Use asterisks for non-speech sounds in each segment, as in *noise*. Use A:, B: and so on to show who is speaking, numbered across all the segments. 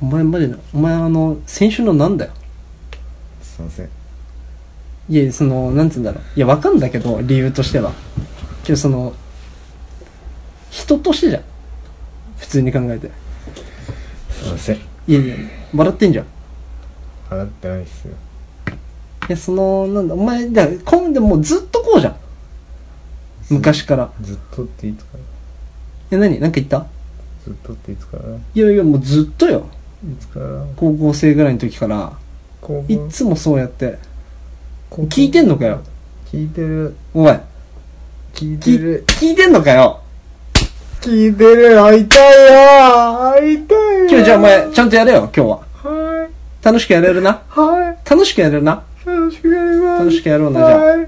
A: お前マジでお前あの先週のなんだよ
B: すいません
A: いやそのなんつうんだろういやわかんだけど理由としてはけどその人としてじゃん普通に考えて
B: すいません
A: いやいや笑ってんじゃん
B: 払ってないっすよ
A: えそのなんだお前だから今でもうずっとこうじゃん昔から
B: ずっとっていつから
A: え何なんか言った
B: ずっとっていつからい
A: いやいやもうずっとよ
B: つから
A: 高校生ぐらいの時から
B: 高校
A: いっつもそうやって
B: 高校
A: 聞いてんのかよ
B: 聞いてる
A: おい
B: 聞いて
A: き
B: る
A: 聞いてんのかよ
B: 聞いてる会いたいよ会いたいよ
A: 今日じゃあお前ちゃんとやれよ今日は
B: はい
A: 楽しくやれるな
B: はい
A: 楽しくやれるな
B: 楽しくやります
A: 楽しくやろうなじゃあ
B: は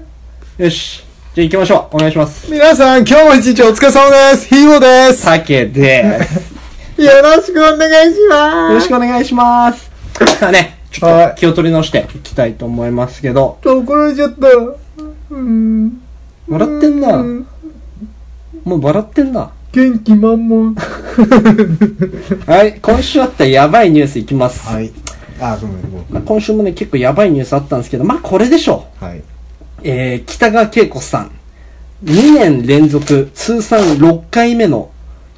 B: い
A: よしじゃあ行きましょうお願いします
B: 皆さん今日も一日お疲れ様ですヒーボーです
A: 鮭です
B: *laughs* よろしくお願いします
A: よろしくお願いしますさあねちょっ
B: は
A: と
B: い
A: 気を取り直していきたいと思いますけど
B: と怒られちゃったうん
A: 笑ってんな
B: うん
A: もう笑ってんな
B: 元気満々
A: はい今週あったやばいニュースいきます、
B: はいあごめんご
A: ま
B: め
A: あ、
B: ん
A: 今週もね結構やばいニュースあったんですけどまあこれでしょ、
B: はいう
A: えー、北川景子さん2年連続通算6回目の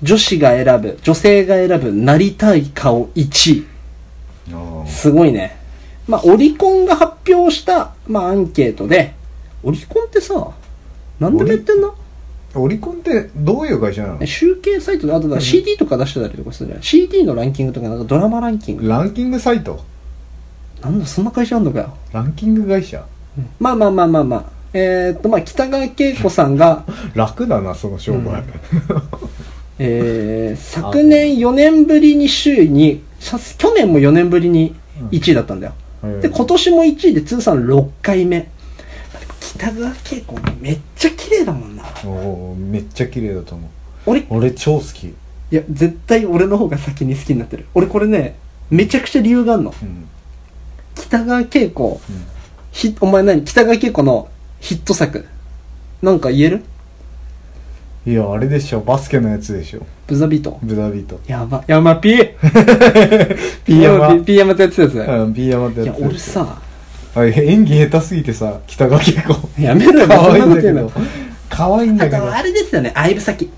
A: 女子が選ぶ女性が選ぶなりたい顔1位
B: あ
A: すごいね。まあ、オリコンが発表した、まあ、アンケートで、オリコンってさ、何でもやってんな
B: あオリコンってどういう会社なの
A: 集計サイトで、あとだ CD とか出してたりとかするじゃん。CD のランキングとか、なんかドラマランキング。
B: ランキングサイト
A: なんだ、そんな会社あんのかよ。
B: ランキング会社
A: まあまあまあまあまあ。えーっと、まあ、北川景子さん *laughs* が、
B: 楽だなその商 *laughs* 売、
A: えー、昨年4年ぶりに首位に、さす去年も4年ぶりに1位だったんだよ。で、今年も1位で通算6回目。北川景子めっちゃ綺麗だもんな。
B: おーめっちゃ綺麗だと思う
A: 俺
B: 俺超好き
A: いや絶対俺の方が先に好きになってる俺これねめちゃくちゃ理由があるの
B: うん
A: 北川景子
B: うん
A: ひお前何北川景子のヒット作なんか言える
B: いやあれでしょバスケのやつでしょ
A: ブザビート
B: ブダビート
A: やばやまピー
B: ピーヤマ
A: *laughs* ピピーヤマってやってたやつだよ
B: うんビーヤマって
A: い
B: や
A: や
B: つ
A: 俺さ
B: あ演技下手すぎてさ北川景子
A: やめろよ
B: 可
A: *laughs*
B: 愛い
A: そ
B: ん
A: んなこ
B: だ
A: と言
B: け
A: うなよ
B: ど可愛いんだ
A: あ
B: けど
A: とあれですよね相武咲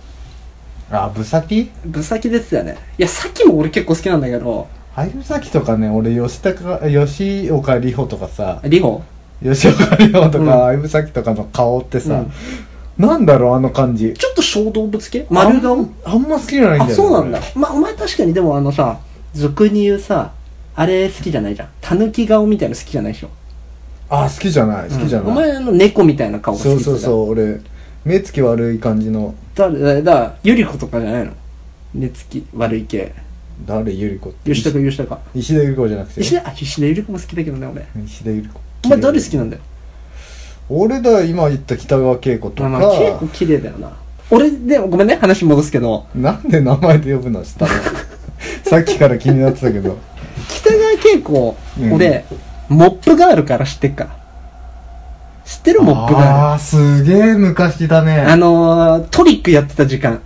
B: あブサキ
A: 武咲ですよねいや咲も俺結構好きなんだけど
B: あゆさきとかね俺吉高吉岡里帆とかさ
A: リホ
B: 吉岡里帆と
A: うん
B: かあゆさきとかの顔ってさ、
A: うん
B: なんだろうあの感じ
A: ちょっと小動物系丸
B: あ
A: 顔
B: んあんま好きじゃないんだよ
A: あ
B: ね
A: そうなんだまあお前確かにでもあのさ俗に言うさあれ好きじゃないじゃんたぬき顔みたいなの好きじゃないでしょ
B: あ好きじゃない好きじゃ
A: うんお
B: ない、
A: 前あの猫みたいな顔が好き
B: そうそう
A: う
B: そう俺目つき悪い感じの
A: だだだゆり子とかじゃないの寝つき悪い系
B: 誰ゆり子って
A: 吉高吉高
B: 石田ゆり子じゃなくて
A: 石田あ石田ゆり子も好きだけどね俺
B: 石田ゆり子
A: お前誰好きなんだよ
B: 俺だ今言った北川景子と
A: ま
B: か、
A: あまあ結構綺麗だよな俺でもごめんね話戻すけど
B: なんで名前で呼ぶのし
A: *laughs*
B: たのさっきから気になってたけど
A: 北川景子
B: うん
A: 俺、モップガールから知ってっから知ってるモップガール
B: ああすげえ昔だね
A: あのー、トリックやってた時間。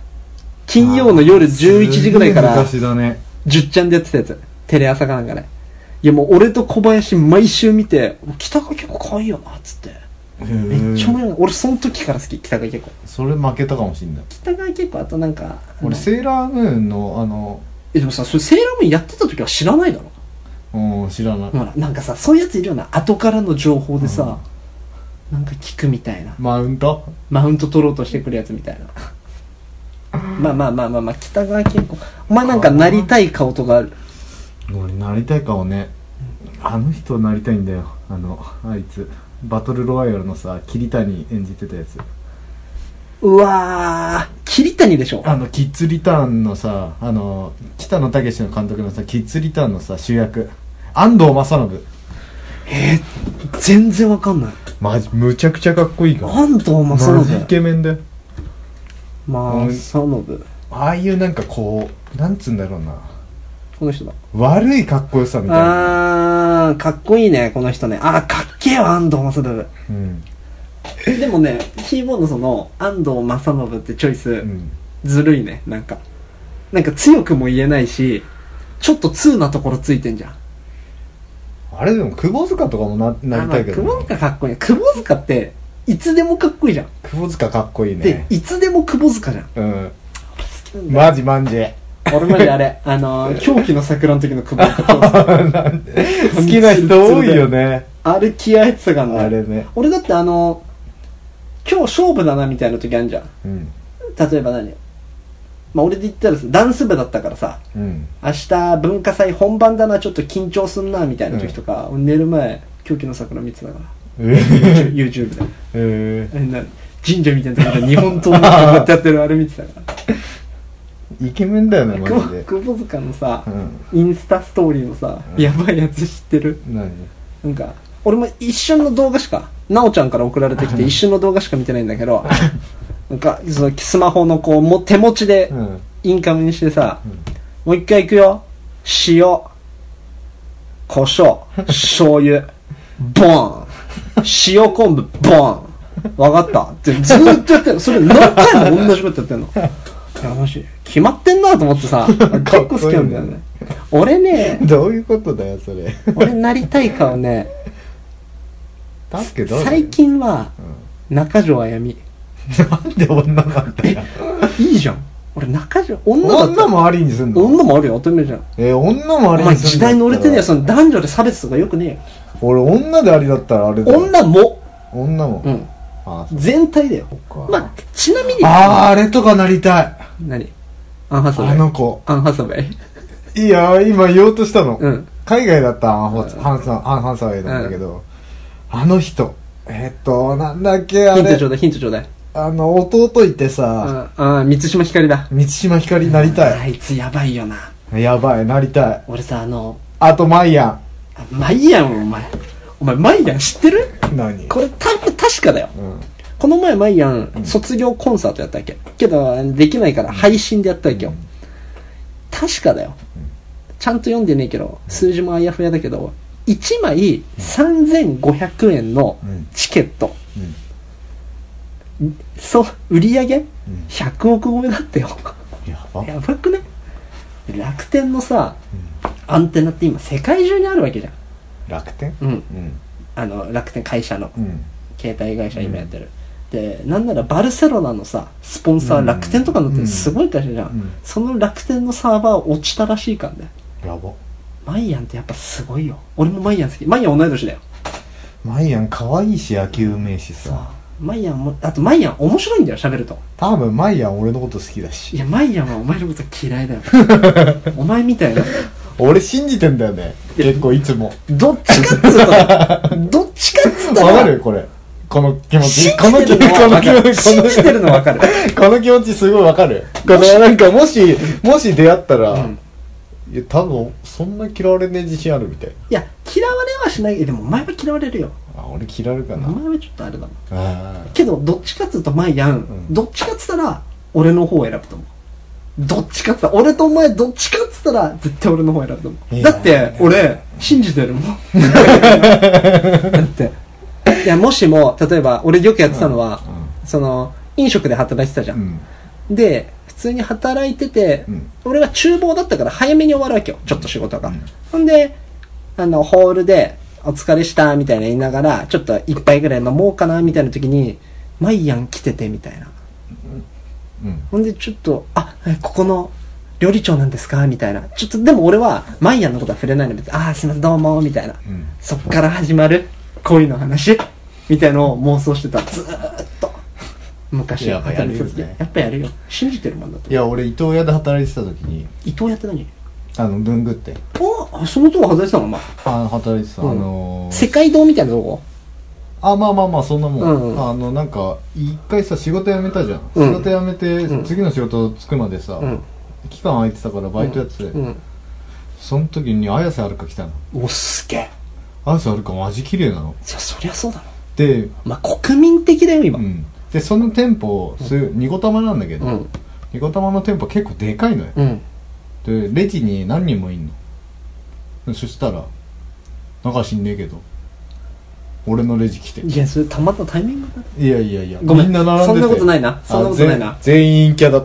A: 金曜の夜11時ぐらいから、
B: すげえ昔だね
A: 10ちゃんでやってたやつ。テレ朝かなんかね。いやもう俺と小林毎週見て、北川結構可愛いよな、つって。めっちゃ面白い。俺その時から好き、北川結構。
B: それ負けたかもしんない
A: 北川結構あとなんか、あ
B: 俺
A: の
B: セーラームーンのあの
A: え、でもさ、それセーラームーンやってた時は知らないだろ。
B: うん知らない、
A: ほら、なんかさ、そういうやついるよな。後からの情報でさ、なんか聞くみたいな。
B: マウント
A: マウント取ろうとしてくるやつみたいなまあまあまあまあまあ北川景子お前なんかなりたい顔とかある
B: 俺なりたいかもねあの人なりたいんだよあのあいつバトルロワイヤルのさ桐谷演じてたやつ
A: うわー桐谷でしょ
B: あのキッズリターンのさあの北野武の監督のさキッズリターンのさ主役安藤正信
A: 全然わかんない
B: マジむちゃくちゃかっこいいから
A: 安藤
B: マ
A: 正
B: ジイ
A: 信
B: ケメンだよ
A: まあ正信
B: ああいうなんかこうなんつうんだろうな
A: この人だ
B: 悪いかっこよさみたいな
A: あーかっこいいねこの人ねあーかっけえわ安藤正
B: うん、
A: 信でもねキーボードその安藤正信ってチョイス
B: うん、
A: ずるいねなんかなんか強くも言えないしちょっと通なところついてんじゃん
B: あれでも窪塚とかもななりたいけど
A: あ
B: ね
A: まあ、久保塚かっこいい久保塚っていつでもかっこいいじゃん、
B: 窪塚かっこいい
A: で
B: ね
A: いつでも久保塚じゃん
B: うんマジマ
A: *laughs*
B: ンジ
A: 俺まであ *laughs* れあのー狂気の桜の時の久保塚
B: なんで好きな人多いよね
A: あれ気合入ってたからね
B: あれね
A: 俺だってあの今日勝負だなみたいな時あるじゃん
B: うん
A: 例えば何まあ俺で言ったらさダンス部だったからさ *laughs*
B: うん
A: 明日文化祭本番だなちょっと緊張すんなみたいな時とか、俺寝る前狂気の桜見て
B: *laughs*
A: たから YouTube で
B: え
A: えな神社みたいなとこで日本刀持ってやってるあれ見てたから
B: ー、イケメンだよねマ
A: 久
B: ジで
A: 保久保塚のさ
B: う、ん
A: インスタストーリーのさ、
B: うん
A: やばいやつ知ってる
B: 何
A: なんか俺も一瞬の動画しか奈緒ちゃんから送られてきて一瞬の動画しか見てないんだけどなんかそのスマホのこうも手持ちで
B: うん
A: インカムにしてさ、もう一回行くよ塩胡椒醤油ボーン塩昆布ボーン分かったってずーっとやってるそれ何回も同じことやってんのいやマジ決まってんなと思ってさ結構好きなんだよね俺ね
B: どういうことだよそれ
A: 俺なりたい顔ね
B: だけど
A: 最近は中条あやみ
B: なんで女なんだよ
A: いいじゃん俺中条女だった
B: 女もありにすんの
A: 女もあるよ当たり前じゃん
B: え女も
A: お
B: あり
A: 前
B: にす
A: 時
B: んだったら
A: 代乗れてんねやその男女で差別とかよくね
B: 俺女でありだったらあれ
A: え
B: だ
A: よ
B: よ
A: 女も、
B: 女も、
A: うん、
B: あそ
A: 全体だよ
B: っか、
A: まあちなみに
B: あーあれとかなりたい
A: 何アンハサウ
B: あ
A: ェ
B: の
A: イ
B: 子
A: アンハサウェイ
B: いやー今言おうとしたの、
A: うん
B: 海外だったアンホツハンサアンハンサウェイなんだけど、あの人えーっとなんだっけあ
A: ヒント
B: れ
A: ちょうだいヒントちょうだい
B: あの弟いてさ、
A: ああー満島ひかりだ
B: 満島ひかりになりた
A: あいつやばいよない
B: やばいなりたい
A: 俺さあの
B: あとマイヤ
A: あマイヤンお前お前マイヤン知ってる
B: ン何
A: これた確かだよ
B: うん
A: この前、マイアン、卒業コンサートやったっけけど、できないから配信でやったっけよ。確かだよ。ちゃんと読んでねえけど、数字もあやふやだけど、1枚3500円の
B: うん
A: チケット。
B: うん
A: そう、売り上げ ?100 億超えだったよ。
B: やば
A: やばくね楽天のさ、アンテナって今世界中にあるわけじゃん。
B: 楽天
A: うん。
B: うん
A: あの、楽天会社の。
B: うん
A: 携帯会社今やってる、でなんならバルセロナのさスポンサー楽天とかになって
B: うん
A: るすごい会社じゃん、
B: うん
A: その楽天のサーバー落ちたらしいからね
B: やば
A: マイアンってやっぱすごいよ俺もマイアン好きマイアン同い年だよ
B: マイアン可愛いし野球うめえしさ
A: マイアンもあとマイアン面白いんだよ喋ると
B: 多分マイアン俺のこと好きだ
A: い
B: し
A: やマイアンはお前のこと嫌 *laughs* いだよお前みたいな
B: 俺信じてんだよね
A: いや
B: 結構いつも
A: どっちかっつう *laughs* とどっちかっつうと
B: わかるこれこの気持
A: 信じ
B: ちこの気
A: てる
B: 持
A: のはわか
B: ちこの気持
A: る
B: ち
A: *laughs* 信じてるのはわかる
B: この気持ちすごいわかるこのなんかもしもし出会ったら、
A: うん
B: いや多分そんな嫌われねえ自信あるみたい
A: いや嫌われはしないでもお前は嫌われるよ
B: あ俺嫌われるか
A: お
B: な、
A: 前はちょっとあれだもん
B: あ
A: けどどっちかっつうとマイアン、
B: ん
A: どっちかっつったら俺の方を選ぶと思うどっちかっつったら俺とお前どっちかっつったら絶対俺の方を選ぶと思う
B: いや
A: だって俺信じてるも
B: *laughs*
A: んだっていやもしも例えば俺よくやってたのは、
B: うんうん
A: その飲食で働いてたじゃ
B: ー
A: ん
B: う、ん
A: で普通に働いてて、
B: うん
A: 俺は厨房だったから早めに終わるわけよちょっと仕事が、
B: うん
A: ほんであのホールで「お疲れした」みたいな言いながらちょっと一杯ぐらい飲もうかなみたいな時に「マイアン来てて」みたいな
B: うん
A: ほんでちょっと「あえここの料理長なんですか?」みたいなちょっとでも俺はマイアンのことは触れないの別に「ああすいませんどうも」みたいな、
B: うん
A: そっから始まる恋の話みたいのを妄想してたずーっと昔
B: やっぱやるよね
A: 働いてた時やっぱやるよ信じてるもんだと
B: いや俺伊東屋で働いてた時に
A: 伊藤やって何
B: あの文具って
A: おあそのとこ外れてたのお前
B: あの働いてた、
A: うん
B: あのー
A: 世界堂みたいなとこ
B: あまあまあまあそんなもん、
A: うんうん
B: あのなんか一回さ仕事辞めたじゃん、
A: うん
B: 仕事辞めて、
A: うん
B: 次の仕事着くまでさ、
A: うん
B: 期間空いてたからバイトやってて、
A: うん
B: その時に綾瀬はるか来たの
A: おすげえ
B: 綾瀬はるかマジ綺麗なの
A: じゃあそりゃそうだろ
B: で、
A: まあ国民的だよ今
B: う
A: うん
B: ん、でその店舗そういうニコ玉なんだけど、
A: うん、
B: ニコ玉の店舗結構でかいのよ、でレジに何人もいんのでそしたらなんか知んねえけど俺のレジ来て
A: いやそれたまたまタイミングだない
B: やいやいや
A: ごめん
B: みんな並んでて
A: そんなことないなそんなことないな *laughs*
B: あ全全員陰キャだっ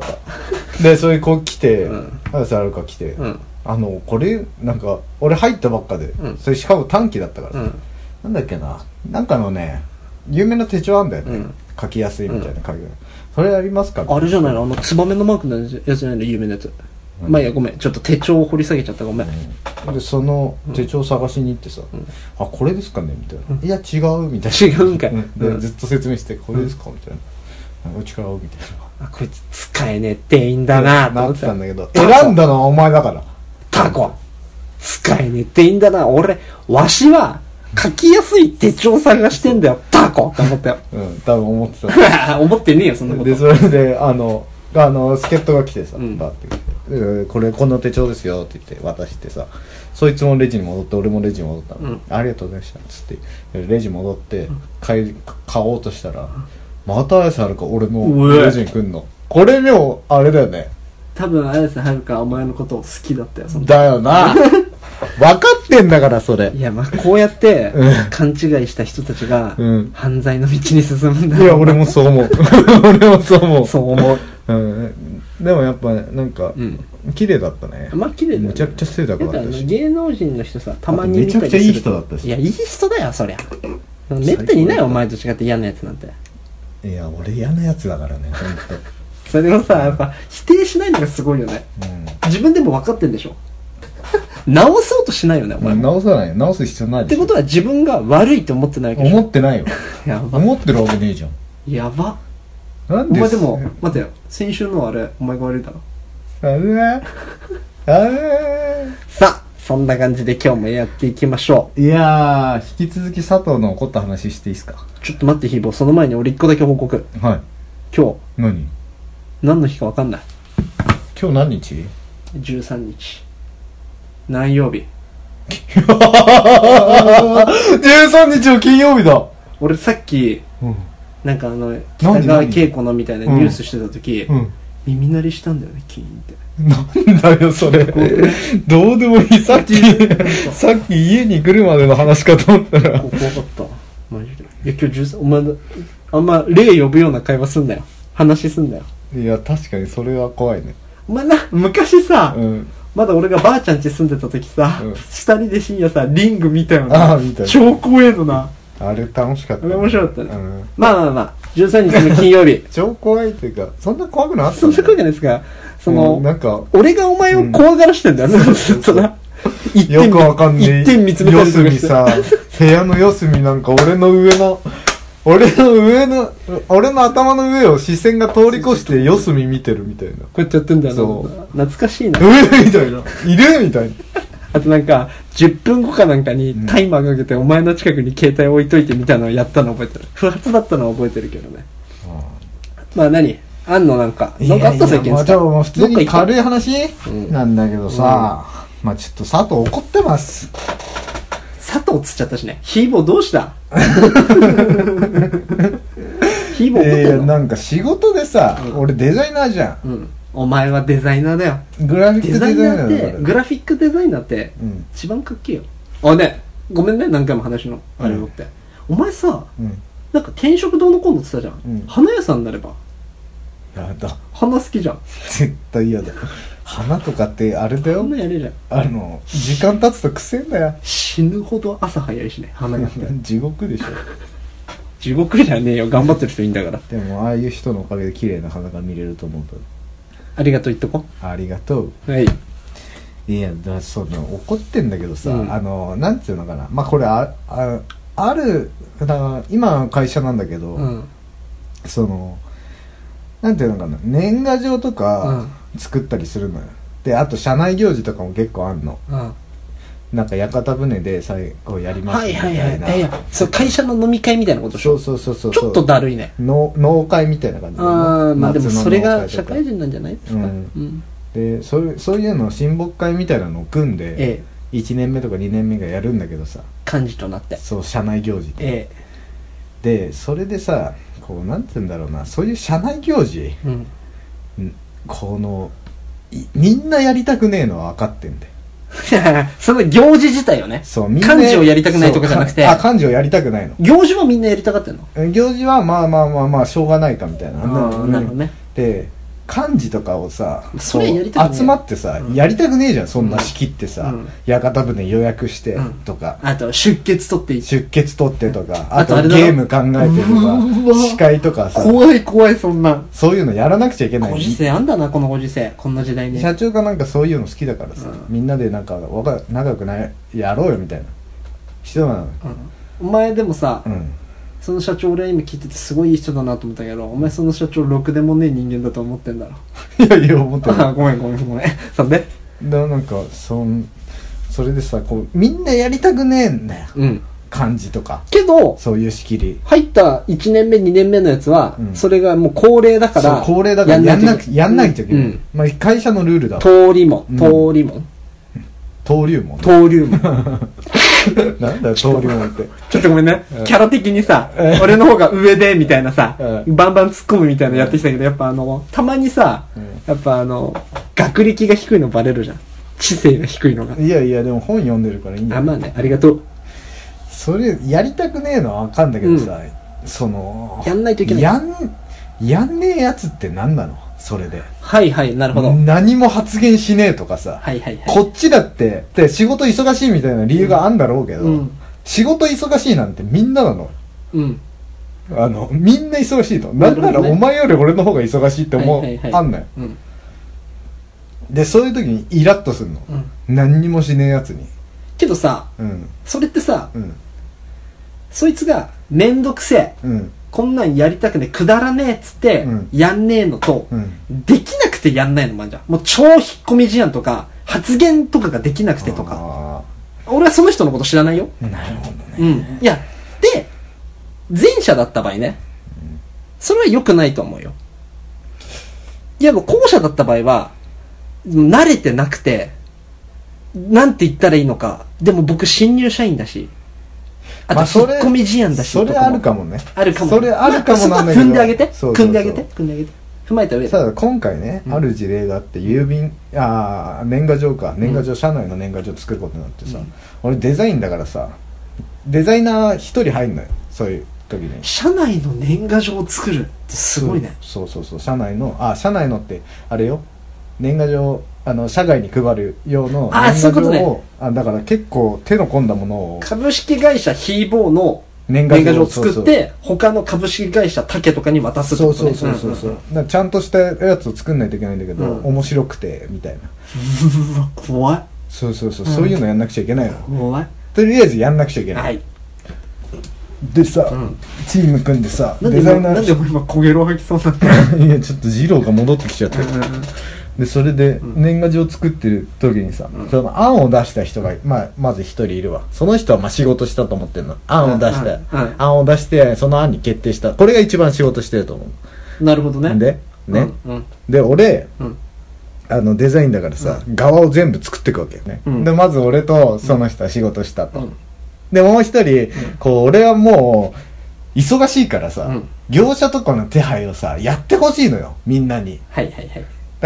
B: たでそういう子来て
A: うん
B: 綾瀬はるか来て、
A: うん
B: ああのこれなんか俺入ったばっかで、
A: うん
B: それしかも短期だったから
A: う
B: さ、
A: ん
B: なんだっけななんかのね有名な手帳あんだよね、
A: うん
B: 書きやすいみたいな書き、それありますか
A: あれじゃないのあのツバメのマークのやつじゃないの有名なやつ、
B: うん
A: まあいいやごめんちょっと手帳を掘り下げちゃったごめん、
B: うんでその手帳探しに行ってさ「あこれですかね」みたいな「いや違う」みたいな
A: 違うんかい
B: で
A: うん
B: ずっと説明して「これですか?」みたいな「お力を」みたいな
A: あこいつ使えねえ店員だなと
B: な
A: 思
B: っ
A: ってて
B: た
A: た
B: んだけど選んだのはお前だから
A: タコ使えねえ店員だな俺わしは書きやすい手帳探してんだよタコと思 *laughs* ったよ
B: うん多分思ってた
A: 思ってねえよそんな *laughs* こと
B: でそれであのあの助っ人が来てさ、
A: うん
B: バーって来てでこれこの手帳ですよ」って言って渡してさそいつもレジに戻って俺もレジに戻ったの、
A: うん
B: ありがとうございました」っつってレジ戻って買い買おうとしたらまた綾瀬はるか俺の
A: うえ
B: レジに来んのこれでもあれだよね
A: 多分綾瀬はるかはお前のことを好きだったよその
B: だ
A: *laughs*
B: よな分かってんだからそれ
A: いやまあこうやって
B: うん
A: 勘違いした人たちが
B: うん
A: 犯罪の道に進むんだ
B: いや俺もそう
A: *laughs*
B: 思う俺もそう思う
A: そう思う
B: うん、でもやっぱなんか、
A: うん
B: 綺麗だったね
A: まあ綺麗だよね
B: めちゃくちゃ背高
A: だ
B: かっ
A: からあ
B: た
A: の
B: し
A: 芸能人の人さたまに
B: めちゃくちゃいい人だったし
A: いやいい人だよそりゃめったにないよお前と違って嫌なやつなんて
B: いや俺嫌なやつだからね本
A: それをさやっぱ否定しないのがすごいよね
B: 当。うん *laughs*
A: 自分でも分かってんでしょ直そうとしないよねお
B: まあ
A: 前、っ
B: 直さない直す必要ない
A: てことは自分が悪いと思ってないわけでし
B: 思
A: ょ
B: って *laughs* ないよ
A: やば
B: 思ってるわけねえじゃん
A: やば
B: なん
A: お
B: で
A: 前でも待てよ先週のあれお前が悪いだろ
B: あれあ
A: さあそんな感じで今日もやっていきましょ
B: れいやー引き続き佐藤の怒った話していいですか
A: うちょっと待ってひーぼーその前に俺一個だけ報告
B: はい
A: 今日
B: 何今
A: 何の日か分かんない
B: 日何日
A: 13日何曜日
B: *laughs* ?13 日の金曜日だ
A: 俺さっき
B: うん
A: なんかあの北川
B: 何
A: 景子のみたいなニュースしてた時、
B: うん
A: 耳鳴りしたんだよねキーンって
B: なんだよそれどうでもいいさ *laughs* っきさっき家に来るまでの話かと思ったら
A: こ怖かったマジでいや今日13お前のあんま霊呼ぶような会話すんなよ話すんなよ
B: いや確かにそれは怖いね
A: お前な昔さ、
B: うん
A: まだ俺がばあちゃん家住んでた時さ、
B: うん
A: 下にで深夜さリング見たよな
B: ああ見た
A: 超怖えのな
B: あれ楽しかった、
A: あれ面白かったね
B: うん
A: まあまあまあ13日の金曜日
B: 超怖いっていうかそんな怖くなかった
A: *laughs* そんなことじゃない
B: い
A: ですかその、
B: なんか
A: 俺がお前を怖がらしてんだよ、ず *laughs* っとな一
B: よ
A: 点
B: くわかんねえ
A: 一点見つめたりと
B: 四
A: か
B: 隅
A: して
B: さ部屋の四隅なんか俺の上の俺の上の俺の頭の上を視線が通り越して四隅見てるみた *laughs* いな
A: こうやってやってんだよな
B: そう
A: 懐かしいな
B: えみたいないるみたいな
A: あとなんか10分後かなんかにタイマーかけてお前の近くに携帯置いといてみたいなのをやったの覚えてる不発だったのは覚えてるけどねまあ何あんのなんかなんかあった最近
B: まあでも普通に軽
A: い
B: い話
A: うん
B: なんだけどさ、まあちょっと佐藤怒ってます
A: 佐藤つっちゃったしねヒーボーどうした
B: *laughs*
A: ヒーボー怒っ
B: え
A: て
B: ー、
A: んの、
B: なんか仕事でさ、
A: うん
B: 俺デザイナーじゃ
A: うん、お前はデザイナーだよ
B: んグラフィッ
A: デ
B: ク
A: ザ
B: デ
A: イ
B: ザ
A: ナ
B: イ
A: ーっ
B: ナーだか
A: て
B: ら
A: グラフィックデザイナーって
B: うん
A: 一番かっけえよあねごめんね何回も話のあれをって、お前さ
B: うん
A: なんか転職どうのこうのって言ってたじゃん、
B: うん
A: 花屋さんになれば
B: やだ
A: 花好きじゃん
B: 絶対嫌だ花とかってあれだ
A: そ
B: よ
A: んなんやれじゃん
B: あの時間経つと癖んだよ *laughs*
A: 死ぬほど朝早いしね花屋って
B: 地獄でしょ
A: 地獄じゃねえよ頑張ってる人いいんだから
B: でもああいう人のおかげで綺麗な花が見れると思うと
A: ありがとう言っとこ
B: ありがとう
A: はい
B: いやだその怒ってんだけどさ、
A: うん
B: あのなんていうのかなまあこれあああるだから今の会社なんだけど、
A: うん
B: そのなんていうのかな年賀状とか作ったりするのよ、であと社内行事とかも結構あんの
A: うん
B: なんか屋形船で最後やります
A: は
B: み
A: いは
B: た
A: いはい
B: い
A: い
B: な、
A: やいやそう会社の飲み会みたいなことでし
B: そ
A: ょ
B: うそうそうそう
A: ちょっとだるいね
B: の農会みたいな感じだよ
A: あ
B: な
A: あまあでも
B: 夏の
A: それ
B: 農
A: が
B: 会と
A: 社
B: か
A: 会人なんじゃないですか
B: うん
A: うん、
B: でそういうそういうのを親睦会みたいなのを組んで、
A: ええ
B: 1年目とか2年目がやるんだけどさ
A: 幹事となって
B: そう社内行事で、
A: え
B: でそれでさこうなんて言うんだろうなそういう社内行事
A: えうん *laughs*
B: んこのいみんなやりたくねえのは分かってんだよ
A: その行事自体よね
B: そうみんな
A: 幹事をやりたくないとかじゃなくて
B: そうかあ幹事をやりたくないの
A: 行事もみんなやりたかったの
B: 行事はまあまあまあまあしょうがないかみたいな
A: あーなるほどね
B: で幹事とかをさ
A: それ
B: こう
A: やりたくねえ
B: 集まってさ、
A: うん
B: やりたくねえじゃんそんな
A: うん
B: 仕切ってさ、
A: うん
B: 屋形船予約して
A: うん
B: とか、
A: あと出血取ってい
B: 出血取ってとかあ
A: あ
B: と
A: とあれだろ
B: ゲーム考えて
A: う
B: と
A: わ
B: か司会とかさ
A: 怖い怖いそんな
B: そういうのやらなくちゃいけない
A: ご時世あんだなこのご時世こんな時代に
B: 社長がなんかそういうの好きだからさ、
A: うん
B: みんなでなんかわか仲良くないやろうよみたいな人なの
A: お前でもさ、
B: うん *laughs*
A: その社長俺今聞いててすごいいい人だなと思ったけどお前その社長ろくでもねえ人間だと思ってんだろ
B: いやいや思 *laughs* って
A: あ
B: な
A: ごめんごめんごめんそんで
B: いだなんかそんそれでさこうみんなやりたくねえんだよ
A: うん
B: 漢字とか
A: けど
B: そういう仕切り
A: 入った1年目2年目のやつは、
B: うん
A: それがもう恒例だか
B: そう
A: ら
B: 高齢だからやんなくやんないといけない、
A: うん
B: まあ、会社のルールだわ
A: 登竜門
B: うん
A: 登竜門
B: 登竜門
A: 登竜門
B: なんだよ登竜門って *laughs*
A: ちょっとごめんね
B: うん
A: キャラ的にさ
B: うん
A: 俺の方が上でみたいなさ
B: う
A: バンバン突っ込むみたいなのやってきたけどやっぱあのたまにさ
B: うん
A: やっぱあの学歴が低いのバレるじゃん知性が低いのが
B: いやいやでも本読んでるからいいんだ
A: あ
B: よ
A: まあねありがとう
B: それやりたくねえのはわかんだけどさ、その
A: やんないといけない
B: やんやんねえやつって何なのそれで
A: はいはいなるほどはい
B: 何も発言しねえとかさ、
A: はいはい
B: こっちだってで仕事忙しいみたいな理由があんだろうけど、
A: うん
B: 仕事忙しいなんてみんななの
A: うん
B: あのみんな忙しいと
A: な
B: な
A: るほ
B: ん
A: どね
B: ならお前より俺の方が忙しいって思う、
A: はいはいはい
B: あんのよ
A: うん
B: でそういう時にイラッとするの、
A: うん
B: 何にもしねえやつに
A: けどさ
B: うん
A: それってさ
B: うん
A: そいつがめんどくせえ
B: うん
A: こんなんやりたくねえくだらねえっつって、
B: うん
A: やんねえのと、
B: うん
A: できなくてやんないのもあるじゃん。もう超引っ込み思案とか、発言とかができなくてとか。
B: あ
A: 俺はその人のこと知らないよ。
B: ーなるほどね
A: うん。いや、で、前者だった場合ね、それは良くないと思うよ。いや、もう後者だった場合は、慣れてなくて、なんて言ったらいいのか。でも僕新入社員だし、あと
B: まあそ
A: 引
B: れ
A: っ込み思案だし、
B: それ
A: とか
B: あ
A: も
B: るかもね
A: あるかも。
B: それあるかもなんだけ
A: *laughs* まあそこは
B: ど
A: 踏んであげて。
B: そうそうそう
A: 踏んであげて。踏んであげて。踏まえた上で。
B: ただ今回ね、
A: うん
B: ある事例があって郵便ああ年賀状か年賀状、社内の年賀状作ることになってさ、
A: うん
B: 俺デザインだからさデザイナー一人入んのよそういう時に
A: 社内の年賀状を作るってすごいね。
B: そうそうそう社内のあ社内のってあれよ年賀状あの社外に配る用の
A: あ
B: 年賀
A: そう
B: 状
A: いうこ
B: をあだから結構手の込んだものを
A: 株式会社ヒーボーの
B: 年
A: 年賀状を作って、他の株式会社タケとかに渡すって
B: そ
A: こ
B: う
A: と
B: そ
A: ね
B: うそうそうそ
A: ん
B: うだからちゃんとしたやつを作んないといけないんだけど、
A: うん
B: 面白くてみたいな
A: うんうわ、怖い。
B: そうそうそう、そういうのやんなくちゃいけないの
A: 怖い。
B: とりあえずやんなくちゃいけない、
A: はい。
B: でさ、
A: うん
B: チーム組んでさ
A: なん
B: デ
A: で、
B: ザイナ
A: なんで
B: ー
A: も今焦げろ吐きそうになった *laughs*
B: いやちょっと二郎が戻ってきちゃった、でそれで
A: ん
B: 年賀状作ってる時にさ、
A: ん
B: その案を出した人が、まあ、まず一人いるわその人はまあ仕事したと思ってるの案を出して、
A: うんうんうん
B: 案を出してその案に決定したこれが一番仕事してると思う
A: なるほどね。
B: でね、
A: うん。うん。
B: で俺
A: うん。
B: あのデザインだからさ、側を全部作っていくわけよね、
A: うん
B: でまず俺とその人は仕事したと、
A: うん
B: でもう一人、こう俺はもう忙しいからさ、
A: うん
B: 業者とかの手配をさやってほしいのよみんなに
A: はいはいはい。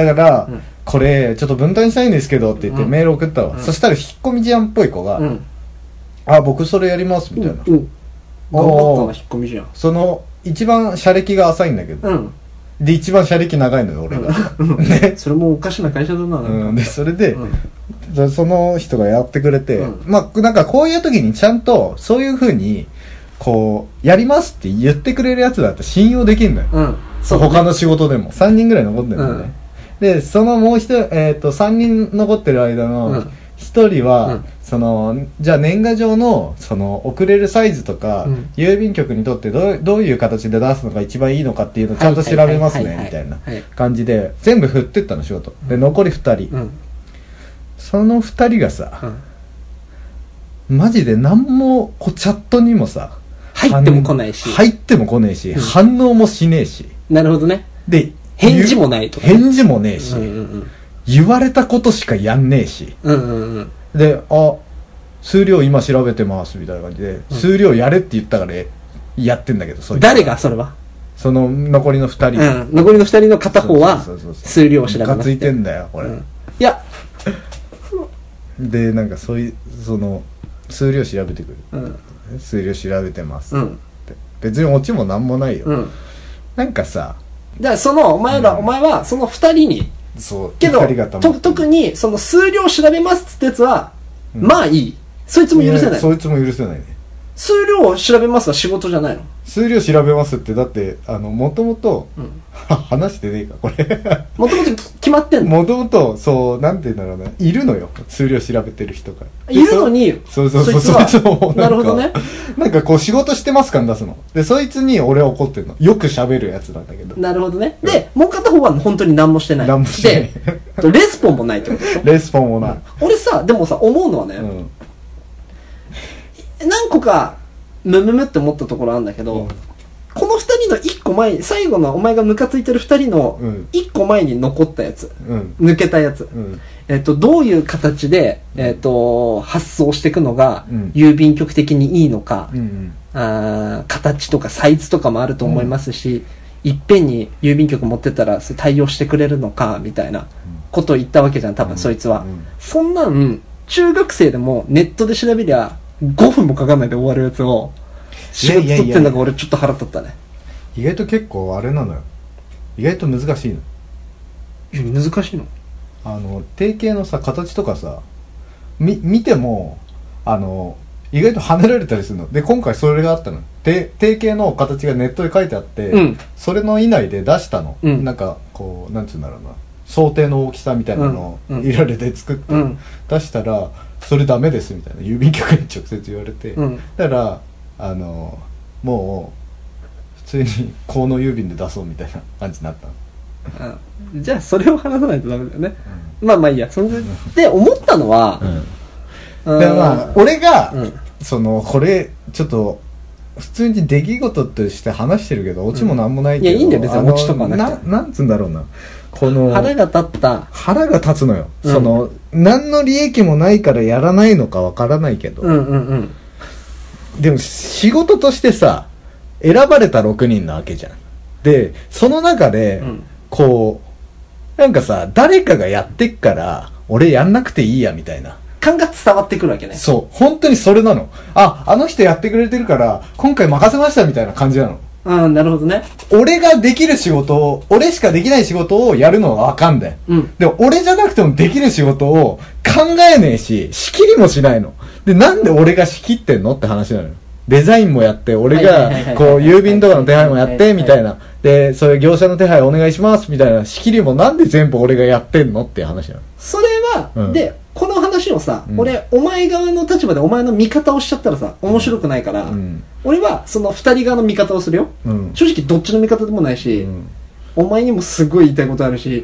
B: だから、
A: うん
B: これちょっと分担したいんですけどって言って
A: うん
B: メール送ったわ、
A: うん
B: そしたら引っ込み思案っぽい子が「
A: うん。
B: あ僕それやります」みたいな、
A: うん。頑張ったな、引っ込みじゃん。
B: その一番車歴が浅いんだけど、
A: うん。
B: で一番車歴長いのよ俺が、ね
A: それもおかしな会社だな、なんか
B: うん、でそれで、
A: うん
B: そその人がやってくれて、
A: うん
B: まあなんかこういう時にちゃんとそういうふうにこうやりますって言ってくれるやつだって信用できるのよ、
A: うん。
B: そう他の仕事でも3人ぐらい残ってるんだね、でそのもう一人、えー、と3人残ってる間
A: う
B: の
A: ん
B: 1人は、
A: うん
B: そのじゃあ年賀状のその送れるサイズとか、
A: うん
B: 郵便局にとってどうどういう形で出すのが一番いいのかっていうのをちゃんと調べますねみたいな
A: はい
B: 感じで全部振ってったの仕事で残り2人、
A: うん
B: その2人が
A: う
B: さ
A: ん
B: マジで何もこうチャットにもさ
A: 入っても来ないし、
B: 入っても来ねえし、
A: うん
B: 反応もしねえし
A: なるほどね
B: で
A: 返事もないとか
B: 返事もねえし、
A: うんうん
B: 言われたことしかやんねえし
A: うんうんうんうん
B: で「あ数量今調べてます」みたいな感じで、数量やれって言ったからやってんだけどそいつ
A: 誰がそれは
B: その残りの2人、
A: うん残りの二人の片方は
B: そうそうそうそう
A: 数量を調べ
B: ムカ
A: ま
B: つ
A: す
B: いてんだよこれ、
A: うんいや
B: でなんかそういうその数量調べてく
A: うん
B: る数量調べてます
A: うん
B: って別にオチもなんもないよ、
A: うん
B: なんかさ
A: だからそのお前ら、
B: うん
A: お前はその二人に
B: そう
A: けど
B: 怒りが溜まって
A: と特にその数量調べますっつったやつは、
B: うん
A: まあいいそいつも許せない
B: やそいつも許せないね
A: 数量を調べますは仕事じゃないの
B: 数量調べますってだってあのもともと
A: うん
B: 話してねえかこれ *laughs*
A: もともと決まってんの
B: もともとそうなんて言うんだろうないるのよ数量調べてる人がで
A: いるのに
B: そうそうそう
A: いつは
B: そうそうなんか
A: なるほどね
B: なんかこう仕事してます感出すのでそいつに俺は怒ってるのよく喋るやつなんだけど
A: なるほどねでもう片方は本当に何もしてない
B: 何もしてな
A: で
B: い
A: レスポンもないってことでしょ
B: レスポンもない、
A: 俺さでもさ思うのはね、
B: うん
A: 何個かムムムって思ったところあるんだけど、
B: うん
A: この2人の1個前に最後のお前がムカついてる2人の
B: うん
A: 1個前に残ったやつ
B: うん
A: 抜けたやつ、
B: うん
A: えっとどういう形で、えっと発送していくのが
B: うん
A: 郵便局的にいいのか、
B: うん
A: あー形とかサイズとかもあると思いますし、いっぺんに郵便局持ってったらそれ対応してくれるのかみたいなことを言ったわけじゃん多分そいつは、
B: うん
A: そんなん中学生でもネットで調べりゃ5分もかかんないで終わるやつを仕事
B: いやいやい
A: 取っ
B: や
A: てんだから俺ちょっと腹立ったね
B: 意外と結構あれなのよ意外と難しいの
A: 難しいの
B: あの定型のさ形とかさみ見てもあの意外と跳ねられたりするので今回それがあったのて定型の形がネットで書いてあって、
A: うん
B: それの以内で出したの、
A: うん
B: なんかこうなんつうんだろうな想定の大きさみたいなのを
A: うんうん
B: いられて作って、
A: うん
B: 出したらそれダメですみたいな郵便局に直接言われて、
A: うん
B: だからあのもう普通に河野郵便で出そうみたいな感じになったの、
A: あじゃあそれを話さないとダメだよねまあまあいいやそれでで思ったのは、
B: うん
A: うん
B: でまあ俺が、
A: うん
B: そのこれちょっと普通に出来事として話してるけどオチもなんもないけど、
A: いやいいんだよ別に
B: あの
A: オチとかなくて
B: なんつうんだろうなこの
A: 腹が立った
B: 腹が立つのよ、
A: うん
B: その何の利益もないからやらないのかわからないけど、
A: うんうんうん
B: でも仕事としてさ選ばれた6人なわけじゃんでその中で、
A: うん
B: こうなんかさ誰かがやってっから俺やんなくていいやみたいな
A: 感が伝わってくるわけね
B: そう。本当にそれなの。あ、あの人やってくれてるから、今回任せましたみたいな感じなの。
A: うんなるほどね
B: 俺ができる仕事を、俺しかできない仕事をやるのはわかんない。
A: うん
B: でも俺じゃなくてもできる仕事を考えねえし、仕切りもしないの。で、なんで俺が仕切ってんのって話なのよ。デザインもやって、俺が
A: はいはいはいはい、
B: こう、郵便とかの手配もやっ
A: はいはい
B: て、
A: はい
B: みたいな。で、そういう業者の手配お願いします、みたいな。仕切りもなんで全部俺がやってんのっていう話なの。
A: それは、
B: うん
A: でこの話をさ、
B: うん
A: 俺お前側の立場でお前の味方をしちゃったらさ面白くないから、
B: うん。
A: 俺はその二人側の味方をするよ、 *laughs*
B: うん。
A: 正直どっちの味方でもないし、
B: うん
A: お前にもすごい言いたいことある
B: *laughs*
A: し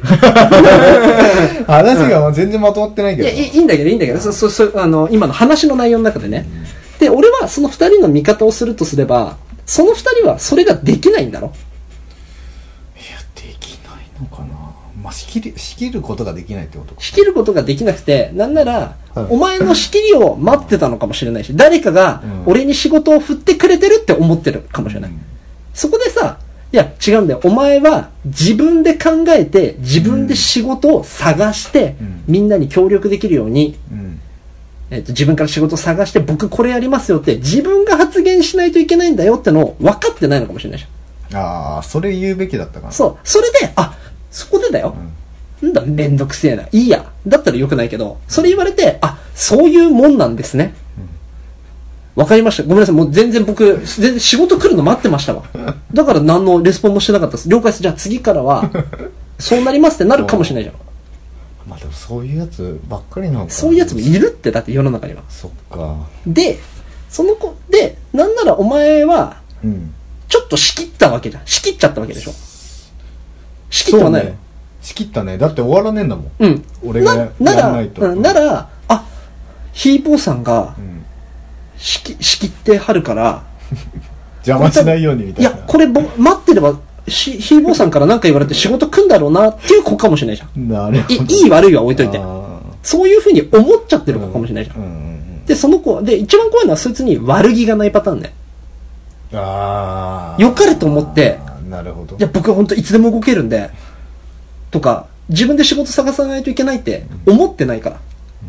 B: 話が全然まとまってない
A: い
B: けど。
A: やいいいいんだけどいいんだけどそそそあの今の話の内容の中でね、で俺はその二人の味方をするとすればその二人はそれができないんだろ
B: いやできないのかなまあ仕切り仕切ることができないってことか
A: 仕切ることができなくてなんなら、
B: はい
A: お前の仕切りを待ってたのかもしれないし誰かが
B: うん
A: 俺に仕事を振ってくれてるって思ってるかもしれない、そこでさ、いや、違うんだよ。お前は自分で考えて、自分で仕事を探して、
B: うん
A: みんなに協力できるように、
B: うん
A: えっと、自分から仕事を探して、僕これやりますよって、自分が発言しないといけないんだよってのを分かってないのかもしれないじゃ。
B: ああそれ言うべきだったかなん
A: そう。それで、あ、そこでだよ。なんだ、めんどくせえな。いいや。だったらよくないけど、それ言われて、あ、そういうもんなんですね。わかりました。ごめんなさい。もう全然僕、全然仕事来るの待ってました *laughs* わ。だから何のレスポンもしてなかったです。了解です。じゃあ次から *laughs* は、そうなりますってなるかもしれないじゃん。
B: まあでもそういうやつばっかりなのかな
A: そういうやつもいるって、だって世の中には。
B: そっか
A: で、その子、で、なんならお前は、
B: うん
A: ちょっと仕切ったわけじゃん。仕切っちゃったわけでしょ。仕切ってはない
B: そうね仕切ったねだって終わらねえんだもん
A: うん。
B: 俺がや
A: なな
B: やん
A: ら、
B: な
A: う
B: いと
A: んなら、あ、ヒーボーさんが
B: う、ん
A: 仕切仕切ってはるから、
B: 邪魔しないようにみた
A: い
B: いな
A: や、これぼ、待ってれば、しひーぼーさんから何か言われて仕事来んだろうなっていう子かもしれないじゃん。
B: なるほ
A: い
B: *laughs* ど
A: いい悪いは置いといて
B: あ。ー
A: そういうふうに思っちゃってる子かもしれないじゃ
B: うん
A: ん。
B: うんうん
A: で、その子は、で、一番怖いのはそいつに悪気がないパターンね。
B: ああ
A: 良かれと思って
B: なるほど
A: いや、僕は本当いつでも動けるんで、とか、自分で仕事探さないといけないって思ってないから。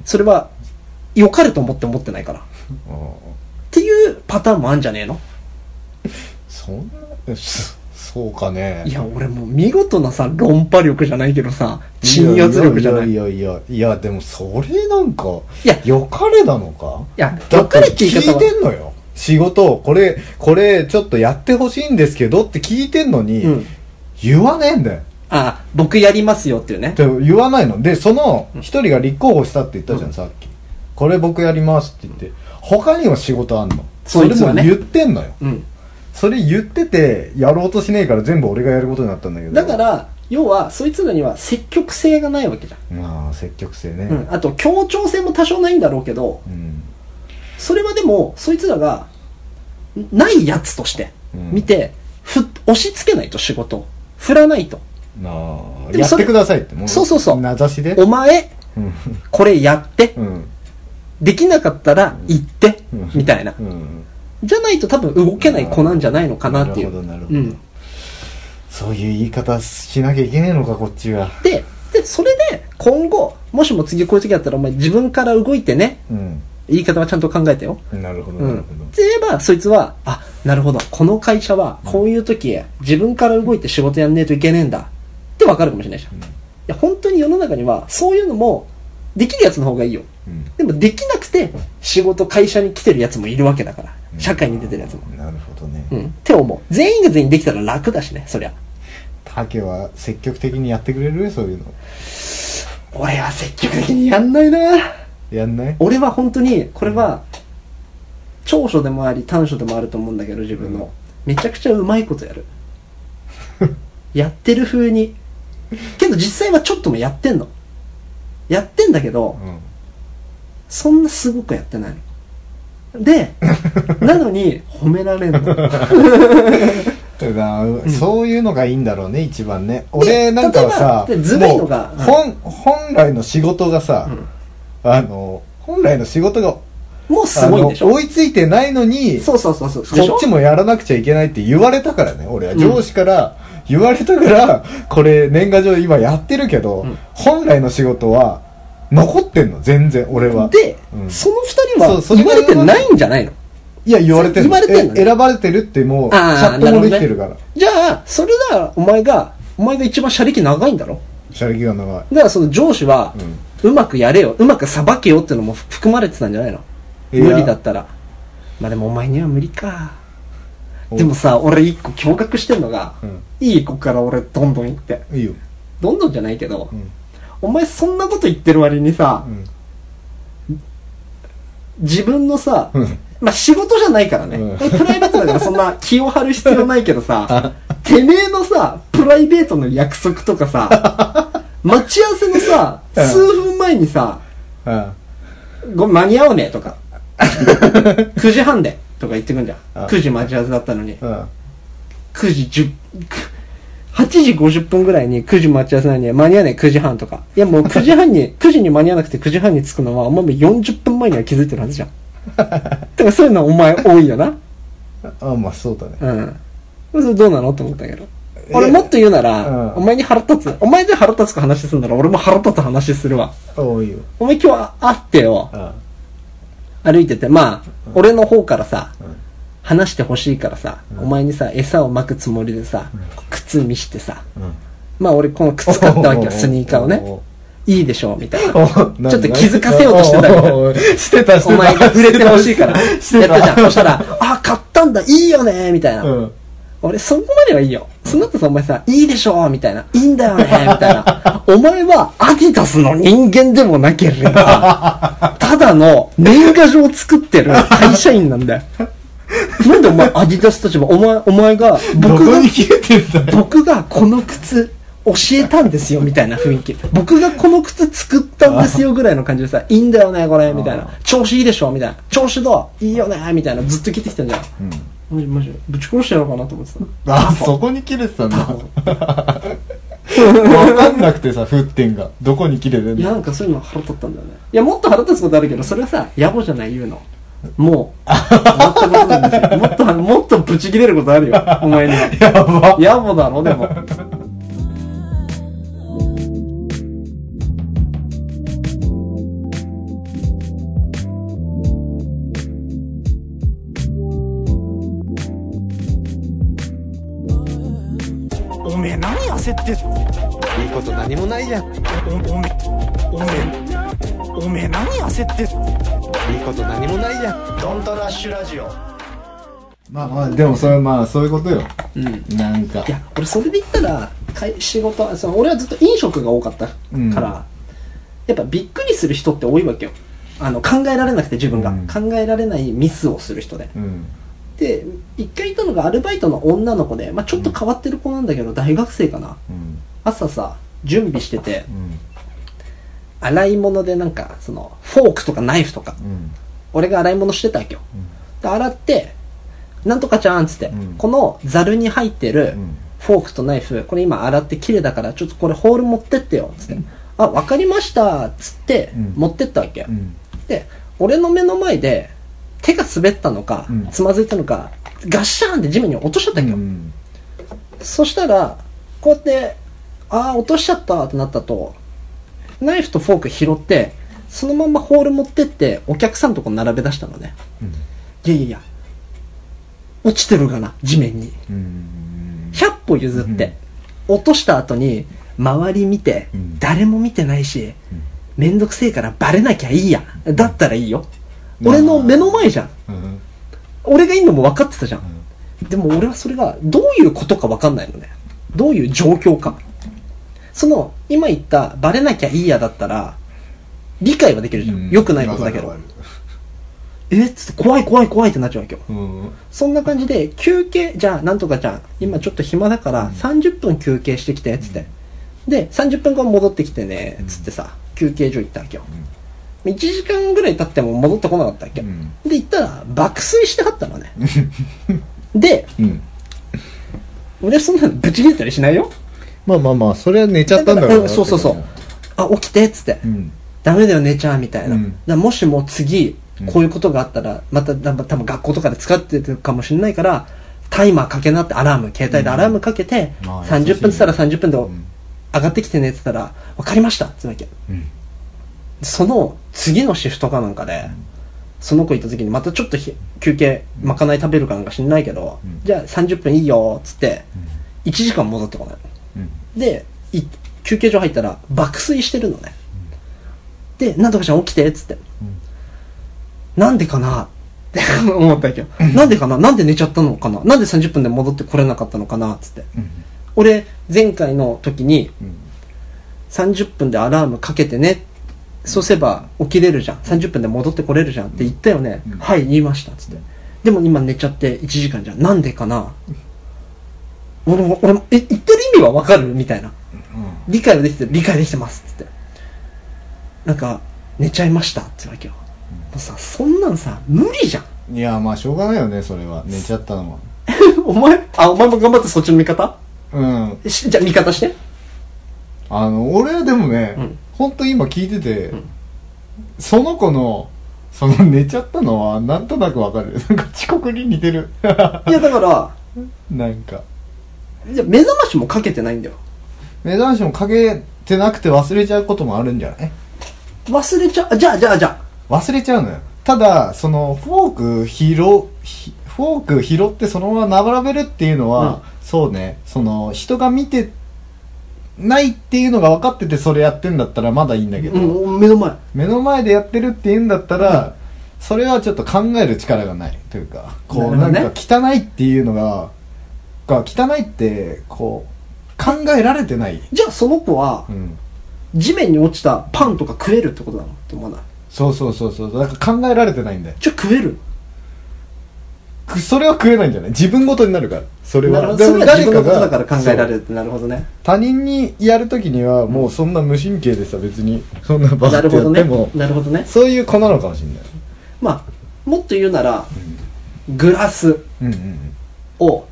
A: それは、良かれと思って思ってないから。っ
B: うん
A: ていうパターンもあんじゃねえの
B: そんなそそうかね
A: いや、俺もう見事なさ、論破力じゃないけどさ、鎮圧力じゃない。
B: い
A: い
B: やいやいやいやいやでもそれなんか
A: いや
B: よかれなのか
A: や、
B: だ
A: だ
B: っ
A: か
B: て
A: らって
B: 聞
A: 言い方
B: い
A: は。
B: てんのよ仕事これこれちょっとやってほしいんですけどって聞いてんのに、
A: うん。
B: 言わねえんだよ
A: あ、僕やりますよっていうね
B: っ。て言わないのでその一人が立候補したって言ったじゃん、さっきこれ僕やりますって言って他にも仕事あんの
A: そ
B: そ
A: い
B: れ
A: つは
B: も
A: ね
B: 言ってんのよ
A: うん。
B: それ言っててやろうとしねえから全部俺がやることになったんだけど
A: だから、要は、そいつらには積極性がないわけじゃん。
B: まあ積極性
A: うん
B: ね、
A: あと、協調性も多少ないんだろうけど、
B: うん
A: それはでも、そいつらが、ないやつとして、
B: うん
A: 見て、ふ、押し付けないと仕事を。振らないと。
B: な
A: で
B: あ
A: も
B: やっ
A: それ
B: てくださいっても
A: そうそうそう
B: 名指しで
A: お前、
B: うん
A: これやって、
B: うん
A: できなかったら言って、
B: うん
A: みたいな
B: う。ん
A: じゃないと多分動けない子なんじゃないのかなっていう。
B: なるほどなるほど
A: うん、
B: そういう言い方しなきゃいけねえのかこっちは
A: で、で、それで今後、もしも次こういう時だったらお前自分から動いてね、
B: うん
A: 言い方はちゃんと考えてよ。
B: なるほど
A: う
B: なる
A: ん
B: ほど、。
A: で言えば、そいつは、あ、なるほど、この会社はこういう時、自分から動いて仕事やんねえといけねえんだってわかるかもしれないじゃん。いや、本当に世の中にはそういうのもできるやつの方がいいよ。
B: うん
A: でもできなくて仕事会社に来てるやつもいるわけだから。
B: うん
A: 社会に出てるやつも。
B: なるほどね、
A: うん。って思う。全員が全員できたら楽だしね、そりゃ。
B: タケは積極的にやってくれるそういうの
A: 俺は積極的にやんないな
B: やんない
A: 俺は本当にこれは長所でもあり短所でもあると思うんだけど自分の、
B: うん
A: めちゃくちゃうまいことやる *laughs* やってる風にけど実際はちょっともやってんのやってんだけど、
B: うん
A: そんなすごくやってないの
B: *laughs*
A: でなのに褒められんの
B: ただ
A: ん
B: そういうのがいいんだろうね一番ね俺なんかはさ
A: 例えばでずるいのが
B: もう本本来の仕事がさ、あの本来の仕事が
A: もうすごいんでし
B: あ
A: ょ
B: の追いついてないのに
A: そうそうそうそうでし
B: こ
A: ょ
B: っちもやらなくちゃいけないって言われたからね俺は
A: うん
B: 上司から言われたから、これ年賀状今やってるけど、
A: うん
B: 本来の仕事は残ってんの全然俺は
A: で、
B: うん
A: その
B: そう
A: 二
B: そ
A: 人
B: れ
A: は言
B: が
A: われてないんじゃないの
B: いや言われてる
A: 言われてんのね
B: 選ばれてるってもうチ
A: あー
B: ャットもできてるから
A: じゃあそれならお前がお前が一番車力長いんだろ
B: 車力が長い
A: だからその上司は、うまくやれようまくさばけよってのも含まれてたんじゃないの
B: いや
A: 無理だったらまあでもお前には無理か
B: お
A: でもさ俺一個驚愕してんのが、
B: うん
A: いい子から俺どんどん言って
B: いいよ、
A: どんどんじゃないけど、
B: うん
A: お前そんなこと言ってる割にさ、
B: うん *laughs*
A: 自分のさ、
B: うん
A: まあ仕事じゃないからね、
B: うん
A: プライベートだからそんな気を張る必要ないけど
B: *laughs*
A: さてめえのさプライベートの約束とかさ
B: *laughs*
A: 待ち合わせのさ
B: うん
A: 数分前にさ、
B: あ
A: ごめん間に合わねえと
B: *laughs*
A: か9時半でとか言ってくんじゃん
B: あ
A: 9時待ち合わせだったのに
B: ああ
A: 9時10 8時50分ぐらいに9時待ち合わせなのに間に合わない9時半とかいやもう9時半に *laughs* 9時に間に合わなくて9時半に着くのはお前も40分前には気づいてるは
B: *laughs*
A: ずじゃんでもそういうのお前多いよな
B: あまあそうだね
A: うんそれどうなのと思ったけど
B: え
A: 俺もっと言うな
B: うん
A: ら、お前に腹立つお前で腹立つか話すんなら俺も腹立つ話するわ
B: 多いよ
A: お前今日会ってよ
B: あ
A: 歩いててまあ俺の方からさ、
B: あ、うん
A: 話してほしいからさ、お前にさ餌をまくつもりでさ、靴見してさ
B: うん
A: まあ俺この靴買ったわけよスニーカーをねいいでしょうみたいなちょっと気づかせようとしてたみたいな
B: おーしてたして
A: お
B: た
A: 前が売れてほしいからやっ
B: してた
A: たじゃんそしたら「あ買ったんだいいよね」みたいな、
B: うん
A: 俺そこまではいいよその後さお前さ「いいでしょう」みたいな「いいんだよ
B: *laughs*
A: ね」みたいなお前はアディダスの人間でもなけれ
B: *laughs*
A: ばただの年賀状を作ってる会社員なんだよなんでお前アディダスたちもお前お前が
B: ど
A: 僕
B: こ
A: が
B: に消えてんだよ
A: 僕がこの靴教えたんですよみたいな雰囲気僕がこの靴作ったんですよぐらいの感じでさ「いいんだよねこれ」みたいな「調子いいでしょ」みたいな「調子どういいよね」みたいなずっと聞いてきたんじゃんマジマジぶち殺してやろうかなと思ってた
B: あそこに切れてたんだ分かんなくてさ沸点がどこに切れてん
A: いや
B: の
A: なんかそういうの腹立ったんだよねいやもっと腹立つことあるけどそれはさ野暮じゃない言うのも
B: *laughs*
A: うもっとことなんですよもっともっとブチ切れることあるよお前には
B: や
A: 野
B: ば
A: 暮だろでも
C: 何焦ってんの
B: いいこと何もないじゃんいい
C: おおめおめおめえ何焦ってんの
B: こと何もないじゃん
A: ドントラッシュラジオ
B: まあまあでもそれはまあそういうことよ
A: うん
B: なんか
A: いや俺それで言ったらかい仕事その俺はずっと飲食が多かったか
B: うん
A: ら、やっぱびっくりする人って多いわけよあの考えられなくて自分が、
B: うん
A: 考えられないミスをする人で
B: うん
A: で一回いたのがアルバイトの女の子で、まあ、ちょっと変わってる子なんだけど、大学生かな
B: うん
A: 朝さ準備してて
B: うん
A: 洗い物でなんかそのフォークとかナイフとか
B: うん
A: 俺が洗い物してたわけよで洗って「なんとかちゃん」っつって、
B: うん
A: このザルに入ってる
B: うん
A: フォークとナイフこれ今洗って綺麗だからちょっとこれホール持ってってよっつって「あわかりました」っつって
B: うん
A: 持ってったわけ、
B: うん
A: で俺の目の前で手が滑ったのか、
B: うん
A: つまずいたのかガッシャーンって地面に落としちゃったわけよ、
B: うん
A: そしたらこうやってああ落としちゃったってなったとナイフとフォーク拾ってそのままホール持ってってお客さんとこ並べ出したのね
B: うん
A: いやいやいや落ちてるかな地面に
B: うん
A: 100歩譲って、落とした後に周り見て、
B: うん
A: 誰も見てないし
B: うん
A: めんどくせえからバレなきゃいいやだったらいいよ、
B: うん
A: 俺の目の前じゃん
B: うん
A: 俺がいいのも分かってたじゃん、でも俺はそれがどういうことか分かんないのねどういう状況かその今言ったバレなきゃいいやだったら理解はできるじゃん、
B: うん
A: 良くないことだけど
B: わかるわか
A: えっつって怖い怖い怖いってなっちゃうわけよ
B: るうん
A: そんな感じで、休憩、じゃあ、なんとかちゃん、今ちょっと暇だから、30分休憩してきて、つって。で、30分後戻ってきてね、つってさ、休憩所行ったわけよ。1時間ぐらい経っても戻ってこなかったわけ。
B: う
A: で、
B: ん
A: 行ったら、爆睡してはったのね。で、
B: うん
A: 俺そんなのぶち切れたりしないよ。
B: まあまあまあそれは寝ちゃったんだろ
A: う
B: な
A: そうそうそう。あ、起きて、つって
B: う。ん
A: ダメだよ、寝ちゃう、みたいな。
B: うん
A: だからもしも次
B: うん、
A: こういうことがあったら、また、なんか多分学校とかで使ってるかもしれないから、タイマーかけなって、アラーム、携帯でアラームかけて、
B: うんあー
A: 30分って言ったら30分で
B: ん
A: 上がってきてねって言ったら、わかりましたって言うわけ。
B: うん
A: その次のシフトかなんかで、その子行った時にまたちょっとひ休憩、まかない食べるかなんか知んないけど、
B: ん
A: じゃあ30分いいよっつって、1時間戻ってこない。
B: うん
A: でい休憩所入ったら爆睡してるのね、で「なんとかちゃん起きて」っつって、なんでかなって思ったわけど、なんでかななんで寝ちゃったのかななんで30分で戻ってこれなかったのかなっつって、
B: うん
A: 俺前回の時に
B: うん
A: 30分でアラームかけてねそうすれば起きれるじゃん30分で戻ってこれるじゃんって言ったよね、
B: ん
A: はい言いましたっつってでも今寝ちゃって1時間じゃんなんでかな俺も俺もえ言ってる意味はわかるみたいな理解はできてる理解できてますっつってなんか寝ちゃいましたってわけよ、もうさそんなんさ無理じゃん
B: うんいやまあしょうがないよねそれは寝ちゃったのは
A: *laughs* お前あお前も頑張ってそっちの味方
B: うん
A: しじゃあ味方して
B: あの、俺はでもね、
A: うん
B: ほんと今聞いてて、その子の、その寝ちゃったのはなんとなくわかる。なんか遅刻に似てる。
A: いやだから
B: なんか。
A: いや目覚ましもかけてないんだよ
B: 目覚ましもかけてなくて忘れちゃうこともあるんじゃない
A: 忘れちゃうあじゃあじゃあじゃあ
B: 忘れちゃうのよ。ただ、その、フォーク拾、ひフォーク拾ってそのまま並べるっていうのは、
A: うん
B: そうね、その、人が見てないっていうのが分かっててそれやってんだったらまだいいんだけど、
A: うん、目の前
B: 目の前でやってるって言うんだったら、それはちょっと考える力がないというか
A: な
B: こうな
A: る
B: ん
A: ほどね
B: か汚いっていうのがが汚いってこう考えられてない、
A: じゃあその子は
B: うん、
A: 地面に落ちたパンとか食えるってことなのって思わない
B: そうそうそうそうだから考えられてないんだよ
A: じゃあ食える
B: くそれは食えないんじゃない自分ごとになるからそれ
A: なる
B: は
A: ほどそれ
B: でも
A: が自分のことだから考えら
B: そう
A: れるってなるほどね
B: 他人にやるときにはもうそんな無神経でさ別にそんなバカ
A: な
B: っ
A: る
B: て
A: ほ
B: や
A: ど
B: って
A: ね
B: も、
A: なるほどね
B: そういう子なのかもしれない
A: まあもっと言うならグラス
B: うんうんうん
A: を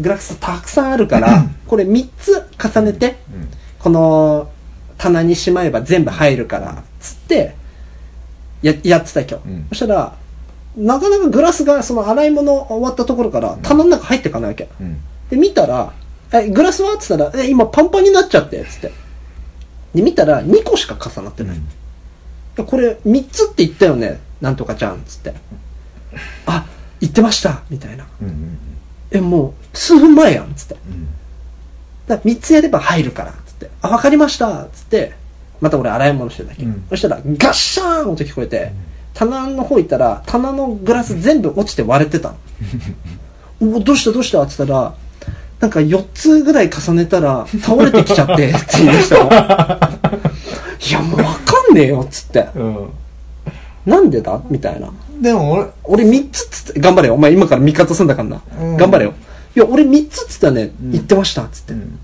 A: グラスたくさんある
B: *clears throat*
A: からこれ3つ重ねて
B: うん
A: この棚にしまえば全部入るからつってややってた今日、
B: うん
A: そしたらなかなかグラスがその洗い物終わったところから棚の中入っていかないわけ、
B: うん
A: で見たら「えグラスは?」っつったら「え今パンパンになっちゃって」っつってで見たら2個しか重なってない、
B: うん
A: いやこれ3つって言ったよねなんとかちゃんっつって「あ言ってました」みたいな
B: うんうん
A: 「えもう数分前やん」っつって
B: うん
A: だから3つやれば入るからっつって「あ分かりました」っつってまた俺洗い物してるだけ、
B: うん
A: そしたらガッシャーン音聞こえて、棚の方行ったら棚のグラス全部落ちて割れてたの「
B: *laughs*
A: おどうしたどうした?」っつったらなんか4つぐらい重ねたら倒れてきちゃってって言い出
B: *laughs*
A: したのいやもう分かんねえよっつって
B: うん
A: なんでだみたいな
B: でも俺
A: 俺3つっつって頑張れよお前今から味方すんだからな、
B: うん
A: 頑張れよいや俺3つっつったらね、
B: うん
A: 言ってましたっつって
B: うん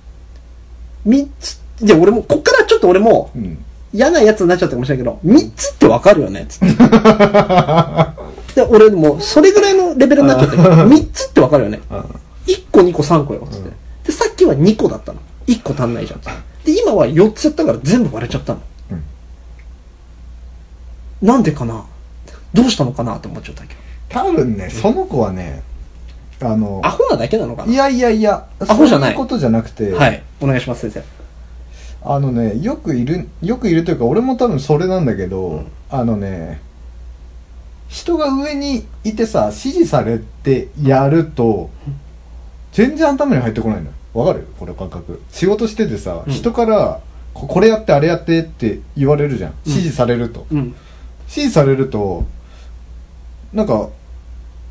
A: 3つじゃ俺もこっからちょっと俺も
B: うん
A: 嫌なやつになっちゃったかもしれないけど3つってわかるよねっ
B: *laughs*
A: つってで俺もうそれぐらいのレベルになっちゃったけど3つってわかるよね
B: あ
A: 1個2個3個よっつって、
B: うん
A: でさっきは2個だったの1個足んないじゃんっつってで今は4つやったから全部割れちゃったの、
B: うん
A: なんでかなどうしたのかなって思っちゃったけど
B: 多分ねその子はねあの
A: アホなだけなのかない
B: やいやいや
A: アホじゃない
B: そういうことじゃなくて、
A: はいお願いします先
B: あのねよくいるよくいるというか俺も多分それなんだけど、
A: うん
B: あのね人が上にいてさ指示されてやると全然頭に入ってこないのよわかるこれ感覚仕事しててさ、
A: うん
B: 人からここれやってあれやってって言われるじゃん指示されると、
A: 生うん
B: 指示されるとなんか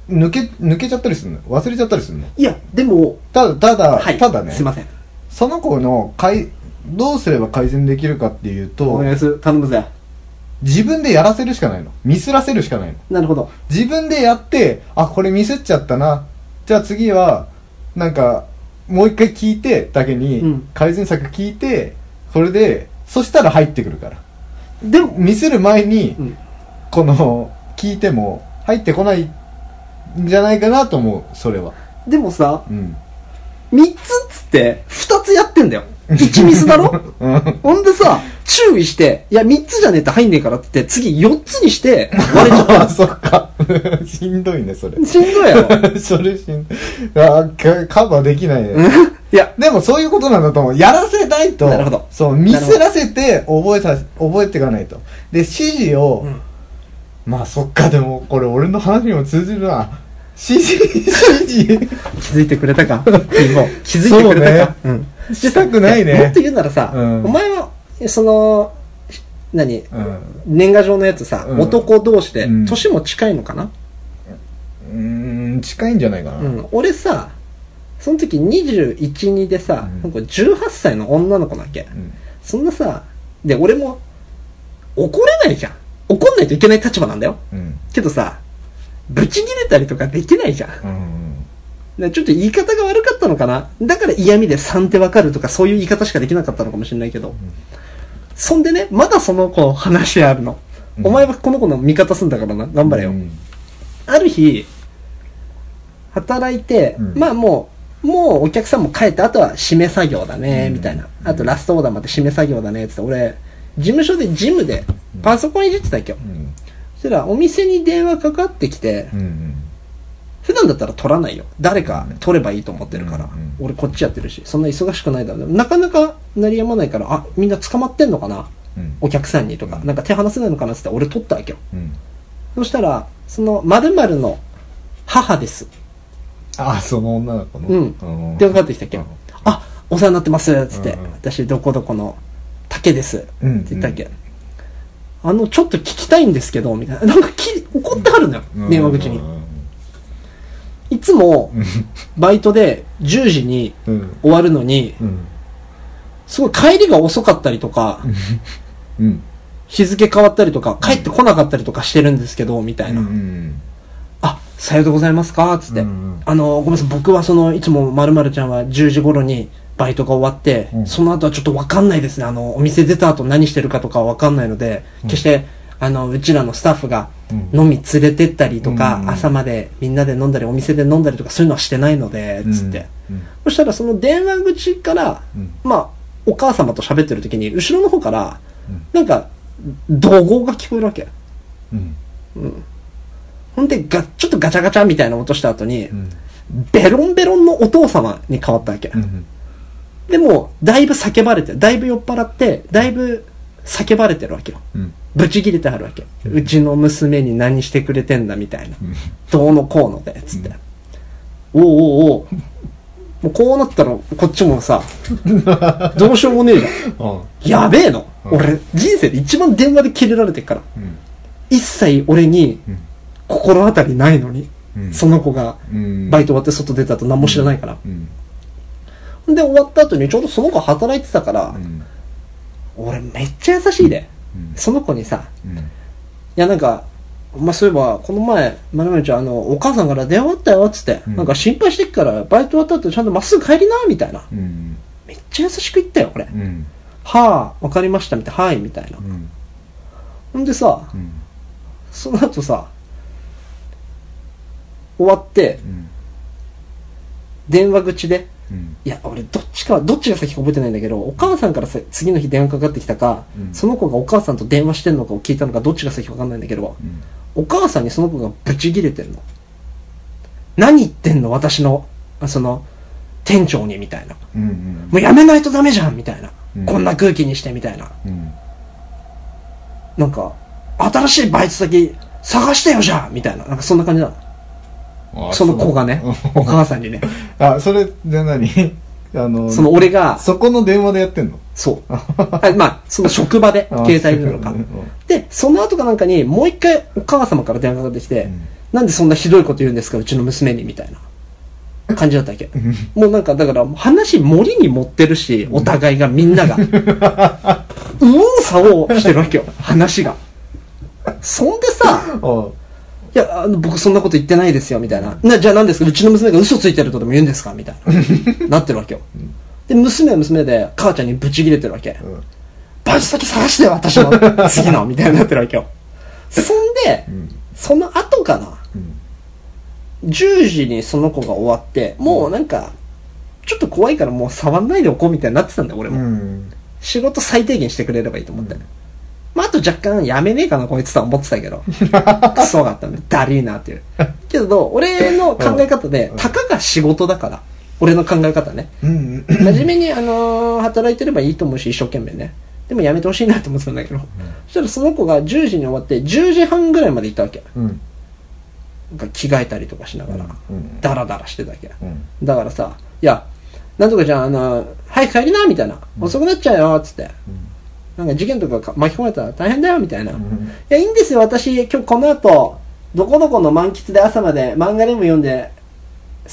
B: 抜け抜けちゃったりするの忘れちゃったりするの
A: いやでも
B: ただただ、
A: はい
B: ただね
A: すいません
B: その子の改どうすれば改善できるかっていう
A: お
B: と
A: 願いする頼むぜ
B: 自分でやらせるしかないのミスらせるしかないの
A: なるほど
B: 自分でやってあこれミスっちゃったなじゃあ次はなんかもう一回聞いてだけに、
A: うん
B: 改善策聞いてそれでそしたら入ってくるから
A: でも
B: ミスる前に、
A: うん
B: この聞いても入ってこないんじゃないかなと思うそれは
A: でもさ
B: うん
A: 3つっつって2つやって
B: *laughs*
A: んだよ1ミスだろ *laughs*
B: うん *laughs*
A: ほんでさ注意していや3つじゃねえと入んねえからって言って次4つにして割れちゃっ
B: あそっか *laughs* しんどいねそれ *laughs*
A: たしんどいやろ
B: それしんあかカバーできないね
A: いや
B: でもそういうことなんだと思うやらせないと
A: なるほど
B: そうミスらせて覚えさ覚えていかないとで指示を、
A: うん
B: まあそっかでもこれ俺の話にも通じるな指示指示
A: 気づいてくれたか君も気づいてくれたか
B: そう
A: うん
B: したくない
A: でも *laughs* っ
B: ね
A: と言うならさ、
B: うん
A: お前はその何
B: うん
A: 年賀状のやつさ、
B: うん
A: 男同士で、
B: うん
A: 年も近いのかな、
B: うーん近いんじゃないかな、
A: うん、俺さその時212でさ、
B: うん
A: なんか18歳の女の子だっけ
B: うん
A: そんなさで俺も怒れないじゃん怒んないといけない立場なんだよ
B: うん
A: けどさブチ切れたりとかできないじゃん
B: うん
A: でちょっと言い方が悪かったのかなだから嫌味で3ってわかるとかそういう言い方しかできなかったのかもしれないけど、そんでねまだその子話あるの、
B: うん
A: お前はこの子の味方すんだからな頑張れよ、
B: うん
A: ある日働いて、
B: うん
A: まあもうもうお客さんも帰ってあとは締め作業だね、
B: うん
A: みたいなあとラストオーダーまで締め作業だねっつって俺事務所でジムでパソコンいじってたっけよ、
B: うん
A: そしたらお店に電話かかってきて、
B: うんうん
A: 普段だったら取らないよ誰か取ればいいと思ってるから、
B: うん
A: 俺こっちやってるしそんな忙しくないだろうなかなか鳴りやまないからあみんな捕まってんのかな
B: うん
A: お客さんにとか、
B: うん
A: なんか手離せないのかなっつって俺取ったわけよ
B: うん
A: そしたらその〇〇の母です
B: あその女の子の
A: うん
B: うん
A: 電話かかってきたっけ、
B: うん
A: あお世話になってますっつって、
B: うんうん
A: 私どこどこの竹ですって
B: うん
A: 言ったっけ、あのちょっと聞きたいんですけどみたいななんかき怒ってはるのよ、
B: うん
A: 電話口に
B: うん
A: いつもバイトで10時に
B: うん
A: 終わるのに
B: うん
A: すごい帰りが遅かったりとか
B: うん
A: 日付変わったりとか帰ってこなかったりとかしてるんですけどみたいな、
B: うん
A: あさようでございますかつって、
B: うん
A: あのごめんなさい僕はそのいつもまるちゃんは10時頃にバイトが終わって、
B: うん
A: その後はちょっと分かんないですねあのお店出た後何してるかとかは分かんないので、決してあのうちらのスタッフが
B: うん
A: 飲み連れてったりとか、
B: うん
A: 朝までみんなで飲んだりお店で飲んだりとかそういうのはしてないのでつって、
B: うん
A: そしたらその電話口から、
B: うん
A: まあお母様と喋ってる時に後ろの方から
B: うん
A: なんか怒号が聞こえるわけ
B: うん
A: ほんでがちょっとガチャガチャみたいな音した後に、
B: うん
A: ベロンベロンのお父様に変わったわけ、
B: うん
A: でもだいぶ叫ばれてだいぶ酔っ払ってだいぶ叫ばれてるわけよ
B: うん
A: ブチ切れてはるわけ、うちの娘に何してくれてんだみたいな、どうのこうのでつって、おうおうおうもうこうなったらこっちもさどうしようもねえじゃんや
B: うん
A: べえの、
B: うん
A: 俺人生で一番電話でキレられてっから
B: うん
A: 一切俺に
B: うん
A: 心当たりないのに、
B: うん
A: その子が
B: うん
A: バイト終わって外出た後何も知らないから、
B: うん
A: で終わった後にちょうどその子働いてたから、
B: うん
A: 俺めっちゃ優しいで、
B: うん
A: その子にさ
B: うん
A: いやなんか、お前そういえば、この前、まるまるちゃん、あの、お母さんから電話あったよ、っつって、
B: うん
A: なんか心配してっから、バイト終わった後ちゃんとまっすぐ帰りな、みたいな。
B: うん
A: めっちゃ優しく言ったよ、これ。
B: うん
A: はあ、わかりました、みたいな。はい、みたいな
B: う。ん
A: ほんでさ
B: う、ん
A: その後さ、終わって、
B: うん
A: 電話口で、
B: うん
A: いや、俺、どっちか、どっちが先か覚えてないんだけど、お母さんからさ次の日電話かかってきたか、
B: うん
A: その子がお母さんと電話してんのかを聞いたのか、どっちが先かわかんないんだけど、
B: うん
A: お母さんにその子がブチギレてるの。何言ってんの私の、あその、店長にみたいな。
B: うんうん
A: もうやめないとダメじゃんみたいな。
B: うん
A: こんな空気にしてみたいな。
B: うん
A: なんか、新しいバイト先探してよじゃあみたいな。なんかそんな感じなの。
B: あ
A: その子がね、お母さん
B: *laughs*
A: にね。
B: あそれで何あの
A: その俺が、
B: そこの電話でやってんの *laughs*
A: そう。あまあ、その職場で、
B: あ
A: 携帯なのか
B: そう。
A: で、その後かなんかに、もう一回お母様から電話かかってきて、
B: ん
A: なんでそんなひどいこと言うんですか、うちの娘に、みたいな感じだったわ
B: *laughs*
A: け。もうなんか、だから、話森に持ってるし、お互いが、みん *laughs* なが。うおんさをしてるわけよ、話が。そんでさ、
B: あ
A: いや、あの僕そんなこと言ってないですよ、みたいな。なじゃあ何ですか、うちの娘が嘘ついてるとでも言うんですかみたい *laughs* な。なってるわけよ。で、娘は娘で、母ちゃんにブチ切れてるわけ。
B: うん
A: バイト先探してよ、私の。次の、みたいになってるわけよ。 *laughs* そんで、
B: ん
A: その後かな。
B: うん
A: 10時にその子が終わって、もうなんか、ちょっと怖いからもう触んないでおこうみたいになってたんだよ、俺
B: う
A: も。
B: ん
A: 仕事最低限してくれればいいと思って。まあ、あと若干やめねえかな、こいつとは思ってた
B: *laughs*
A: けど。クソがあったんで、だりーなっていう。けど、俺の考え方で、たかが仕事だから。俺の考え方ね。
B: うん
A: 真面目に、あのー働いてればいいと思うし、一生懸命ね。でもやめてほしいなと思ってたんだけど。そしたらその子が10時に終わって、10時半ぐらいまで行ったわけ。
B: うん
A: なんか着替えたりとかしながら
B: うん、
A: ダラダラしてたわけ。
B: うん
A: だからさ、いや、なんとかじゃん、あの、早く帰りな、みたいな。遅くなっちゃうよ、つって。なんか事件とかか巻き込まれたら大変だよ、みたいな。い
B: ん
A: や、いいんですよ、私、今日この後、どこどこの満喫で朝まで漫画でも読んで、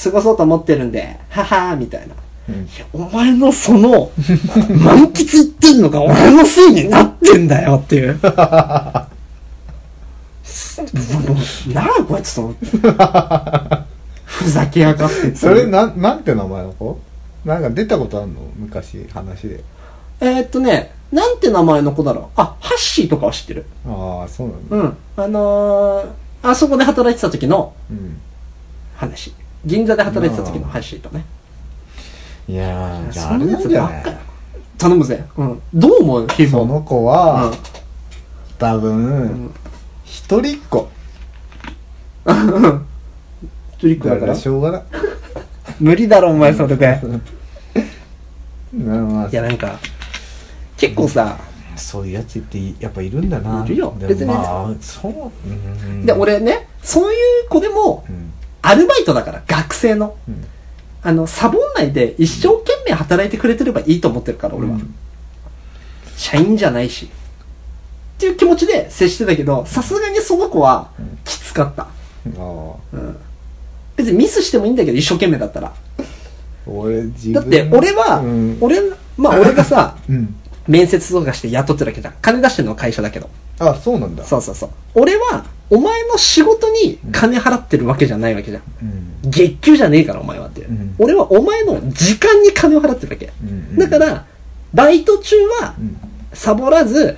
A: 過ごそうと思ってるんで、ははーみたいな。
B: うん
A: いやお前のそ
B: *laughs*
A: の、満喫言ってんのが俺のせいになってんだよって
B: *laughs*
A: いう。すもうなあ、こいつと思
B: *laughs*
A: って。ふざけやがってっていう
B: それなんなんて名前の子なんか出たことあんの昔話で
A: えーっとね、なんて名前の子だろう。あ、ハッシーとかは知ってる。
B: ああそうなんだ
A: うん。あのー、あそこで働いてた時の
B: うん
A: 話。銀座で働いてた時のハッシーとね。
B: いやーじゃあ
A: そ
B: あれ
A: んなや
B: なん
A: つ
B: じゃ
A: ばっか
B: な
A: よ
B: い。
A: 頼むぜ。うん。どう思うヒー
B: その子は、多
A: ん
B: 分一人っ子
A: トリック
B: だ
A: だ
B: か
A: から
B: らしょうがない
A: 無理だろ、お前、それで。
B: なまあ
A: いや、なんか、結構さ、
B: そういうやつっていやっぱいるんだない
A: るよ
B: でも
A: 別に
B: まあそううん
A: で、俺ね、そういう子でも
B: う、ん
A: アルバイトだから、学生の。
B: うん
A: あの、サボんないで、一生懸命働いてくれてればいいと思ってるから、俺は。
B: うん
A: 社員じゃないし。っていう気持ちで接してたけど、さすがにその子は、きつかった。
B: ああ
A: 別にミスしてもいいんだけど、一生懸命だったら。
B: 俺自分
A: だって、俺は、
B: うん
A: 俺、まあ俺がさ、
B: うん
A: 面接とかして雇ってるわけじゃん。金出してるのは会社だけど。
B: あそうなんだ
A: そうそうそう。俺は、お前の仕事に金払ってるわけじゃないわけじゃん。
B: うん
A: 月給じゃねえから、お前はっていう。
B: うん
A: 俺はお前の時間に金を払ってるわけ。
B: うん
A: だから、バイト中は
B: う、ん
A: サボらず、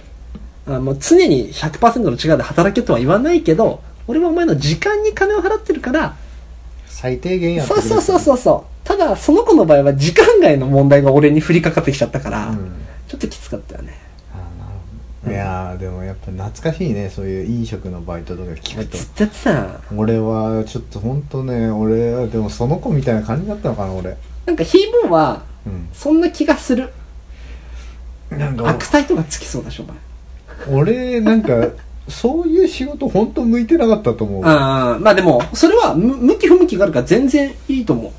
A: あもう常に100%の力で働けとは言わないけど、俺はお前の時間に金を払ってるから、
B: 最低限やって
A: そ
B: く
A: う
B: れ
A: そうそう
B: う
A: そうそう。ただ、その子の場合は時間外の問題が俺に降りかかってきちゃったから、
B: うん
A: ちょっときつかったよね。
B: あなるほどいやーでもやっぱ懐かしいねそういう飲食のバイトとか聞くと
A: ずっとやってたな。
B: 俺はちょっとほんとね俺はでもその子みたいな感じだったのかな俺
A: なんかヒーボーは、
B: うん
A: そんな気がする。
B: なんか
A: 悪態とかつきそうだし、お前。
B: 俺なんかそういう仕事ほんと向いてなかったと思う
A: ああ、まあでも、それはむ向き不向きがあるから全然いいと思う。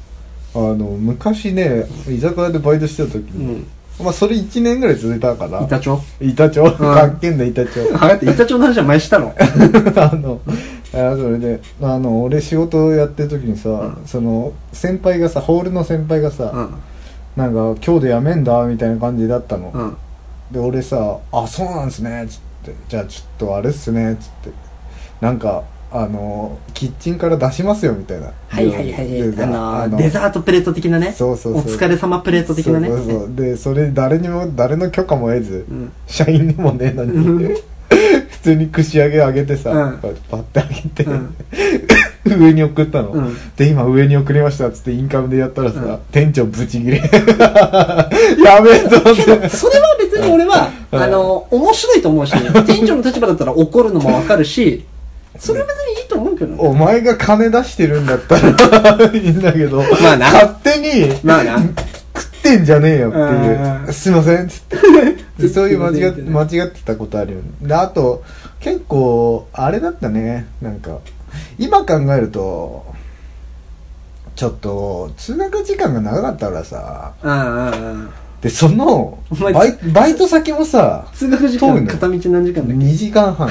B: あの昔ね居酒屋でバイトしてた時
A: う
B: に、
A: ん
B: まあそれ1年ぐらい続いたから
A: 板長 *laughs*
B: 板長かっけんだ板長
A: あれって板長の話は前したの
B: あのあそれであの俺仕事をやってる時にさ、
A: う
B: その先輩がさホールの先輩が
A: う
B: さ、
A: ん
B: なんか今日でやめんだみたいな感じだったの、
A: うん
B: で俺さ「あそうなんすね」っつって「じゃあちょっとあれっすね」っつってなんかあのキッチンから出しますよみたいな
A: はいはいはいはい
B: で
A: あのデザートプレート的なね
B: そうそうそう
A: お疲れ様プレート的なね
B: そうそうそうでそれ誰にも誰の許可も得ず、
A: うん
B: 社員にもねえのに、
A: うん
B: *laughs* 普通に串揚げあげてさ、
A: うん
B: こうやってパッてあげて、
A: うん
B: *laughs* 上に送ったの、
A: うん
B: で今上に送りましたっつってインカムでやったらさ、
A: うん
B: 店長ブチギレ *laughs* やべえと思って
A: それは別に俺は、
B: うん
A: あの、面白いと思うし、
B: *laughs*
A: 店長の立場だったら怒るのもわかるし、それは別にいいと思うけどね。
B: お前が金出してるんだった
A: *laughs*
B: らいいんだけど、
A: まあな
B: 勝手に
A: まあな。
B: 食ってんじゃねえよって
A: うん
B: いうう。
A: ん
B: すいませんっつって。
A: *laughs*
B: でそういう間違っ
A: 全然
B: 間違ってたことあるよね。で、あと、結構、あれだったね。なんか、今考えると、ちょっと、通学時間が長かったからさ。
A: うんうんうん。
B: で、その、
A: お前
B: バイバイト先もさ、
A: 通学時
B: 遠い
A: 間、
B: の
A: 片道何時間だっけ
B: 2時間半。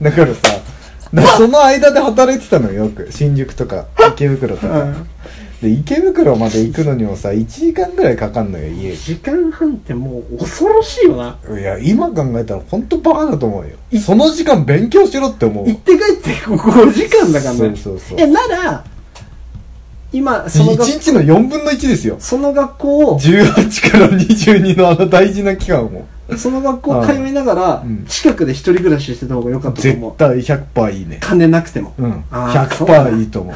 B: だからさ、
A: *laughs*
B: だからその間で働いてたのよ、よく。新宿とか、池袋と
A: う
B: か。
A: ん
B: で、池袋まで行くのにもさ、1時間ぐらいかかんのよ、家。
A: 時間半ってもう恐ろしいよな。
B: いや、今考えたら本当バカだと思うよ。その時間勉強しろって思う。
A: 行って帰って5時間だからね。
B: そうそうそう
A: いや、なら、今、その
B: 1
A: 学
B: 日の4分の1ですよ。
A: その学校を、
B: 18から22のあの大事な期間を。
A: その学校通いながら
B: うん、
A: 近くで一人暮らししてた方が良かったと
B: 絶
A: 思う。
B: 対100%いいね。
A: 金なくても。
B: うん。
A: あーそうだ
B: 100%いいと思う。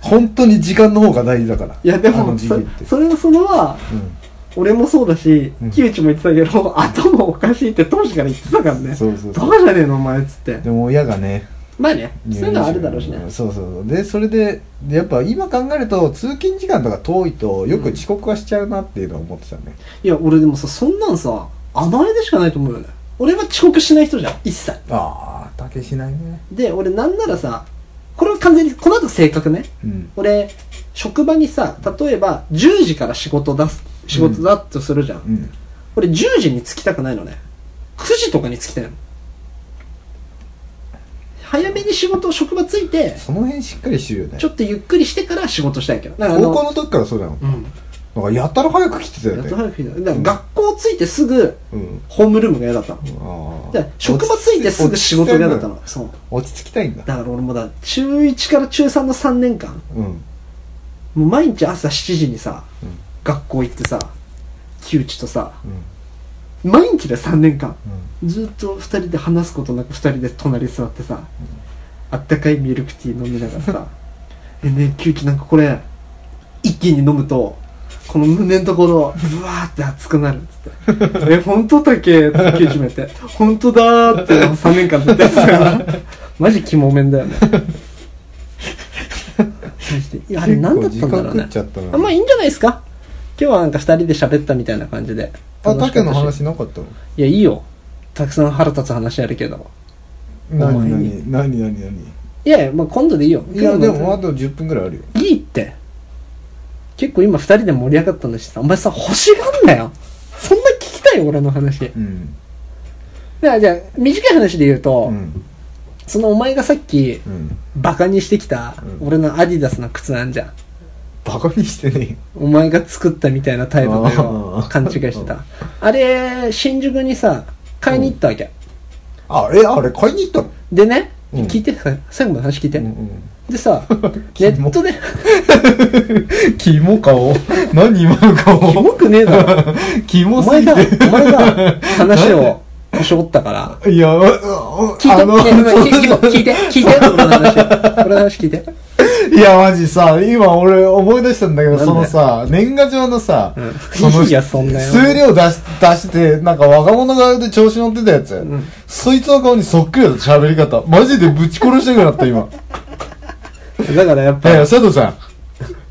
B: 本当に時間の方が大事だから。
A: いや、で
B: あの
A: も、
B: 時期っ
A: そ
B: て。
A: それはそのは、
B: うん。
A: 俺もそうだし
B: うん、
A: 木内も言ってたけど、 *laughs* 頭おかしいって当時から言ってたからね。
B: そうそうそう
A: バカじゃねえの、お前っつって
B: で。も親がね、
A: まあね、そういうのはあるだろうしね。
B: そうそうそうでそれでやっぱ今考えると通勤時間とか遠いとよく遅刻はしちゃうなっていうのは思ってたね、
A: いや、俺でもさ、そんなんさ、甘えでしかないと思うよね。俺は遅刻しない人じゃん、一切。
B: ああ竹しないね
A: で、俺なんならさ、これは完全に、この後性格ね。
B: うん
A: 俺、職場にさ、例えば10時から仕事出す、仕事だとするじゃん。
B: うん
A: 俺10時に着きたくないのね。9時とかに着きたいの。早めに仕事、職場着いて、
B: その辺しっかりしてるよね
A: ちょっとゆっくりしてから仕事したいけど。だからあ
B: 高校
A: の、
B: の時からそうだもん
A: うん。
B: なんかやたら早く来てたよ
A: やっ
B: ね
A: と早く来ただから学校着いてすぐ、
B: うん
A: ホームルームが嫌だったの。
B: ああ
A: で職場着いてすぐ仕事が嫌だったのそう
B: 落ち着きたいんだ
A: だから俺もだ中1から中3の3年間
B: うん
A: もう毎日朝7時にさ、
B: うん
A: 学校行ってさ木内とさ
B: うん
A: 毎日で3年間ずっと2人で話すことなく2人で隣座ってさ、あったかいミルクティー飲みながらさ *laughs* 「えねえ木内なんかこれ一気に飲むとこの胸のところブワーって熱くなる」っつって「
B: *laughs*
A: え本当だっけ?」って木内も言って「本当だ」って3年間ずっとやってたか
B: *laughs*
A: らマジ肝面だよねマジでいやあれ何だったんだろう
B: 結構時間食
A: ね
B: っちゃったな
A: あまあいいんじゃないですか今日はなんか2人で喋ったみたいな感じで
B: あ
A: 楽しか
B: 竹
A: った
B: の
A: し
B: 話なかったの
A: いや、いいよ。たくさん腹立つ話あるけど。お前
B: 何
A: に
B: 何何何何
A: いやいや、まあ、今度でいいよ。
B: いや
A: 今
B: で
A: 度
B: もあと10分ぐらいあるよ
A: いいって。結構今二人で盛り上がったんだしさ、お前さ、欲しがんなよ。そんな聞きたいよ、俺の話。だか
B: うん
A: らじゃあ、短い話で言うと、
B: うん
A: そのお前がさっき、
B: うん
A: バカにしてきた、
B: うん
A: 俺のアディダスの靴なんじゃん。
B: バカにしてね
A: お前が作ったみたいな態度だよ
B: あ。ー
A: 勘違いしてた。あれ、新宿にさ、買いに行ったわけ。
B: えあえあれ買いに行ったの
A: でね、
B: うん
A: 聞いて、最後の話聞いて。
B: うん
A: *laughs* で
B: *laughs*
A: さ、ネットで、
B: うんキモ顔何今
A: *laughs*
B: の
A: キ
B: 顔
A: モくねえだろ。
B: キ
A: お
B: モす
A: 前
B: ぎ
A: が、
B: て
A: お前 *laughs* が話をしょったから。
B: いやあ
A: 聞いて、
B: の
A: いや今聞いて、聞いて、聞い *laughs* て、俺の話。俺の話聞いて。
B: *laughs* いや、マジさ、今俺思い出したんだけど、
A: なんで
B: そのさ、年賀状のさ、
A: うん
B: その
A: いやそんなよ
B: 数量出し出して、なんか若者側で調子乗ってたやつ、
A: ん
B: そいつの顔にそっくりだった喋り方。マジでぶち殺してくなった、
A: *laughs*
B: 今。
A: だからやっ
B: いやい
A: ぱ
B: や、、佐藤さん。